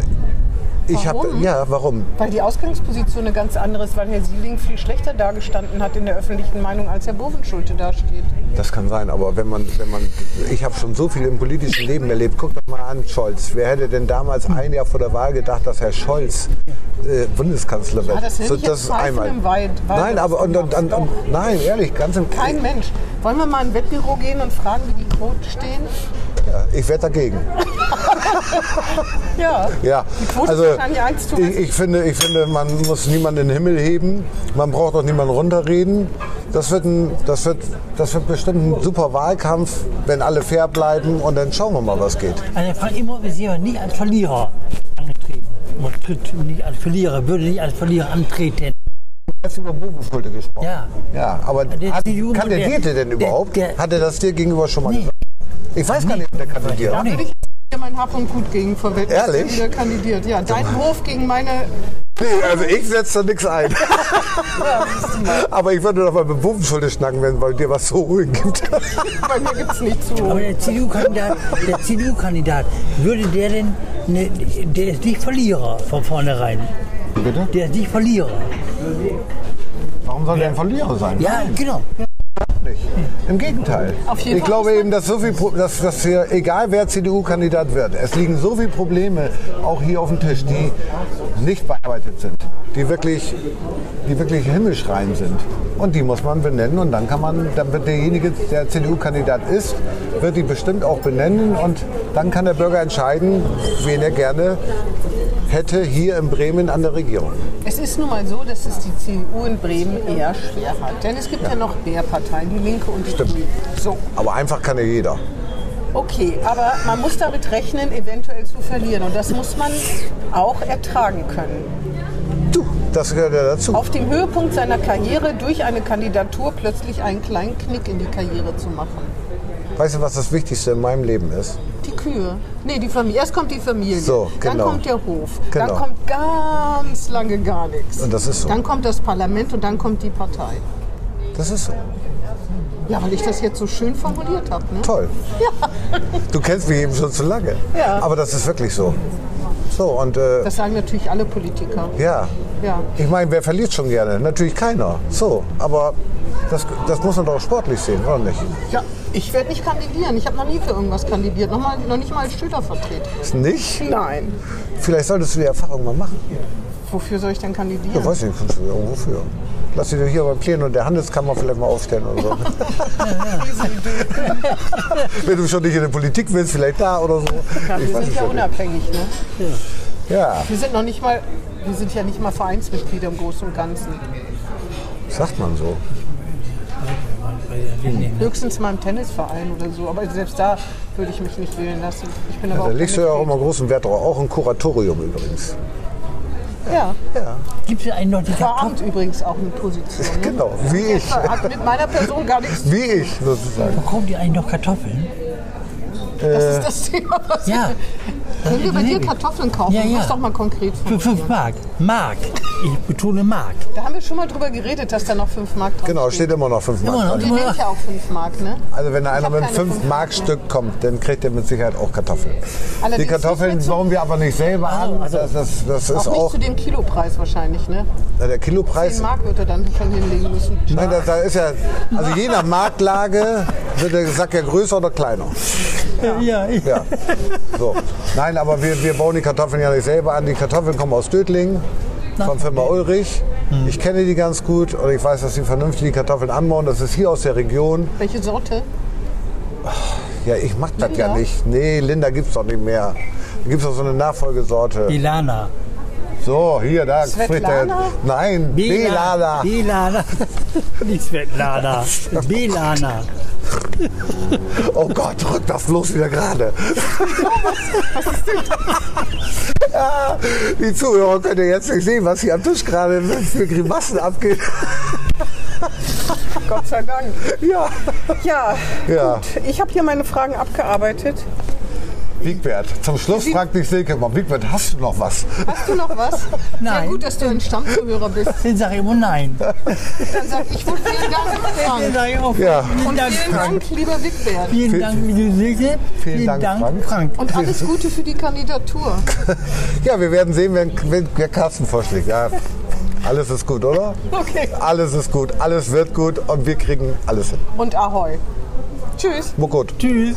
Speaker 4: ich habe,
Speaker 2: Warum?
Speaker 4: ja, warum?
Speaker 2: Weil die Ausgangsposition eine ganz andere ist, weil Herr Sieling viel schlechter dargestanden hat in der öffentlichen Meinung, als Herr Bovenschulte dasteht.
Speaker 4: Das kann sein, aber wenn man, wenn man, ich habe schon so viel im politischen Leben erlebt. Guck doch mal an, Scholz. Wer hätte denn damals ein Jahr vor der Wahl gedacht, dass Herr Scholz äh, Bundeskanzler wird?
Speaker 2: Ja, das hätte ich jetzt
Speaker 4: ist
Speaker 2: Zweifel im Wald- Wald
Speaker 4: nein, aber und, und, und, und, nein, ehrlich, ganz im
Speaker 2: Kein Mensch. Wollen wir mal in ein Wettbüro gehen und fragen, wie die Quoten stehen?
Speaker 4: Ja, ich werde dagegen.
Speaker 2: Ja.
Speaker 4: Ja,
Speaker 2: Quote
Speaker 4: also
Speaker 2: ist wahrscheinlich eins zu
Speaker 4: ich, ich finde, ich finde, man muss niemanden in den Himmel heben. Man braucht auch niemanden runterreden. Das wird, ein, das wird, das wird bestimmt ein super Wahlkampf, wenn alle fair bleiben und dann schauen wir mal, was geht.
Speaker 3: Also Frank Imhoff ist jemand nicht als Verlierer angetreten. Man tritt nicht als Verlierer, würde nicht als Verlierer antreten.
Speaker 4: Jetzt über Bovenschulte gesprochen.
Speaker 3: Ja.
Speaker 4: Ja, aber
Speaker 3: Der
Speaker 4: hat,
Speaker 3: CDU
Speaker 4: kann der
Speaker 3: der-
Speaker 4: Diete denn
Speaker 3: der-
Speaker 4: überhaupt?
Speaker 3: der-
Speaker 4: hat er das dir gegenüber schon mal
Speaker 3: Nee.
Speaker 4: gesagt? Ich weiß gar nicht, ob der kandidiert.
Speaker 3: Auch nicht.
Speaker 2: Ich habe mein Hab und Gut gegen verwendet.
Speaker 4: Ehrlich?
Speaker 2: Ich bin wieder kandidiert. Ja, dein Hof gegen meine.
Speaker 4: Nee, also ich setze da nichts ein. aber ich würde doch mal mit Bovenschulte schnacken, wenn bei dir was zu holen gibt.
Speaker 2: Bei mir gibt es nicht zu.
Speaker 3: Aber der CDU-Kandidat, der CDU-Kandidat, würde der denn, ne, der ist nicht Verlierer von vornherein.
Speaker 4: Bitte?
Speaker 3: Der ist nicht Verlierer.
Speaker 4: Warum soll der ein Verlierer sein?
Speaker 3: Ja, genau.
Speaker 4: nicht. Im Gegenteil.
Speaker 2: Auf jeden
Speaker 4: ich
Speaker 2: Fall
Speaker 4: glaube
Speaker 2: muss
Speaker 4: eben, dass so viel, Pro- dass, dass hier, egal wer CDU-Kandidat wird, es liegen so viele Probleme auch hier auf dem Tisch, die nicht bearbeitet sind, die wirklich, die wirklich himmelschreiend sind. Und die muss man benennen und dann kann man, dann wird derjenige, der CDU-Kandidat ist, wird die bestimmt auch benennen und dann kann der Bürger entscheiden, wen er gerne hätte hier in Bremen an der Regierung.
Speaker 2: Es ist nun mal so, dass es die CDU in Bremen eher schwer hat. Denn es gibt ja, noch mehr Parteien, die Linke und die Grünen. So,
Speaker 4: Aber einfach kann ja jeder.
Speaker 2: okay. Aber man muss damit rechnen, eventuell zu verlieren. Und das muss man auch ertragen können.
Speaker 4: Du, das gehört ja dazu.
Speaker 2: Auf dem Höhepunkt seiner Karriere durch eine Kandidatur plötzlich einen kleinen Knick in die Karriere zu machen.
Speaker 4: Weißt du, was das Wichtigste in meinem Leben ist?
Speaker 2: Die Kühe. Nee, die Familie. Erst kommt die Familie.
Speaker 4: So,
Speaker 2: Dann
Speaker 4: genau.
Speaker 2: kommt der Hof.
Speaker 4: Genau.
Speaker 2: Dann kommt ganz lange gar nichts.
Speaker 4: Und das ist so.
Speaker 2: Dann kommt das Parlament und dann kommt die Partei.
Speaker 4: Das ist so.
Speaker 2: Ja, weil ich das jetzt so schön formuliert habe. Ne?
Speaker 4: Toll. Du kennst mich eben schon zu lange.
Speaker 2: Ja.
Speaker 4: Aber das ist wirklich so. So, und äh,
Speaker 2: Das sagen natürlich alle Politiker.
Speaker 4: ja.
Speaker 2: Ja.
Speaker 4: Ich meine, wer verliert schon gerne? Natürlich keiner. So, aber das, das muss man doch sportlich sehen, oder nicht?
Speaker 2: Ja, ich werde nicht kandidieren. Ich habe noch nie für irgendwas kandidiert. Noch, mal, noch nicht mal als Schülervertreter.
Speaker 4: Ist Nicht?
Speaker 2: Nein.
Speaker 4: Vielleicht solltest du die Erfahrung mal machen.
Speaker 2: Wofür soll ich denn kandidieren?
Speaker 4: Ich weiß nicht, kannst du irgendwo für. Lass dich doch hier beim Plenum der Handelskammer vielleicht mal aufstellen oder so. Wenn du schon nicht in der Politik willst, vielleicht da oder so.
Speaker 2: ja, wir sind ja unabhängig. Ne?
Speaker 4: Ja,
Speaker 2: Wir sind noch nicht mal, wir sind ja nicht mal Vereinsmitglieder im Großen und Ganzen.
Speaker 4: sagt man so.
Speaker 2: Höchstens mal im Tennisverein oder so. Aber selbst da würde ich mich nicht wählen lassen. Ich bin aber
Speaker 4: Also, Da
Speaker 2: auch
Speaker 4: legst du ja auch
Speaker 2: kein
Speaker 4: immer großen Wert drauf. Auch ein Kuratorium übrigens.
Speaker 2: Mitglied. Ja,
Speaker 3: Gibt es einen noch die
Speaker 2: Veramt übrigens auch eine Position. Ne?
Speaker 4: Genau, wie ich.
Speaker 2: Hat mit meiner Person gar nichts zu tun.
Speaker 4: Wie ich sozusagen.
Speaker 3: Bekommt ihr eigentlich noch Kartoffeln?
Speaker 4: Äh.
Speaker 2: Das ist das Thema, was
Speaker 3: Ja.
Speaker 2: Können wir bei dir Kartoffeln kaufen?
Speaker 3: Ja,
Speaker 2: Du
Speaker 3: ja.
Speaker 2: musst doch mal konkret
Speaker 3: Für
Speaker 2: formulieren.
Speaker 3: 5 Mark. Mark. Ich betone Mark.
Speaker 2: Da haben wir schon mal drüber geredet, dass da noch 5 Mark drauf
Speaker 4: Genau, steht immer noch 5
Speaker 3: Immer noch.
Speaker 4: Mark.
Speaker 2: Die nimmt ja auch 5 Mark, ne?
Speaker 4: Also wenn da einer
Speaker 2: hab
Speaker 4: mit einem
Speaker 2: keine
Speaker 4: 5
Speaker 2: fünf
Speaker 4: Mark Stück kommt, dann kriegt er mit Sicherheit auch Kartoffeln.
Speaker 2: Allerdings
Speaker 4: Die
Speaker 2: nicht
Speaker 4: Kartoffeln
Speaker 2: mehr zu-
Speaker 4: bauen wir aber nicht selber an.
Speaker 3: also-
Speaker 4: Das, das, das ist
Speaker 2: Auch nicht
Speaker 4: auch
Speaker 2: zu dem Kilopreis wahrscheinlich, ne?
Speaker 4: na, der
Speaker 2: 10
Speaker 4: Kilopreis.
Speaker 2: Mark wird er dann schon hinlegen müssen.
Speaker 4: Nein, da, da ist ja, also je nach Marktlage wird der Sack ja größer oder kleiner.
Speaker 3: Ja, ich.
Speaker 4: Ja. So. Nein, aber wir, wir bauen die Kartoffeln ja nicht selber an. Die Kartoffeln kommen aus Dötlingen, von Firma Ulrich.
Speaker 2: Hm.
Speaker 4: Ich kenne die ganz gut und ich weiß, dass sie vernünftig die Kartoffeln anbauen. Das ist hier aus der Region.
Speaker 2: Welche Sorte?
Speaker 4: Ja, ich mach das ja
Speaker 2: Linda?
Speaker 4: nicht. Nee, Linda gibt's doch nicht mehr. Da gibt's doch so eine Nachfolgesorte.
Speaker 3: Ilana.
Speaker 4: So, hier, da,
Speaker 2: Svetlana?
Speaker 4: Fritte. Nein,
Speaker 3: Belana.
Speaker 4: Belana.
Speaker 3: Belana. Nicht Svetlana. Belana.
Speaker 4: Oh Gott, rück das bloß wieder gerade. ja, die Zuhörer können ja jetzt nicht sehen, was hier am Tisch gerade für Grimassen abgeht.
Speaker 2: Gott sei Dank.
Speaker 4: Ja,
Speaker 2: Ja,
Speaker 4: ja.
Speaker 2: ich habe hier meine Fragen abgearbeitet.
Speaker 4: Wiegbert, zum Schluss fragt dich Silke mal, Wiegbert, hast du noch was?
Speaker 2: Hast du noch was?
Speaker 3: Nein.
Speaker 2: Sehr gut, dass du ein Stammzuhörer bist.
Speaker 3: Den sage ich immer nein.
Speaker 2: Dann sag ich wohl vielen Dank,
Speaker 3: Den
Speaker 2: Frank.
Speaker 3: sage ich auch.
Speaker 4: Ja.
Speaker 3: Vielen
Speaker 2: Und
Speaker 3: Dank,
Speaker 2: vielen
Speaker 3: Frank.
Speaker 2: Dank, lieber Wigbert.
Speaker 3: Vielen Dank, liebe Silke. Vielen
Speaker 4: Dank,
Speaker 3: Dank,
Speaker 4: Frank.
Speaker 3: Frank.
Speaker 2: Und alles Gute für die Kandidatur.
Speaker 4: Ja, wir werden sehen, wenn, wenn, wer Carsten vorschlägt. Ja, alles ist gut, oder?
Speaker 2: Okay.
Speaker 4: Alles ist gut, alles wird gut und wir kriegen alles hin.
Speaker 2: Und Ahoi. Tschüss.
Speaker 4: Mokot.
Speaker 3: Tschüss.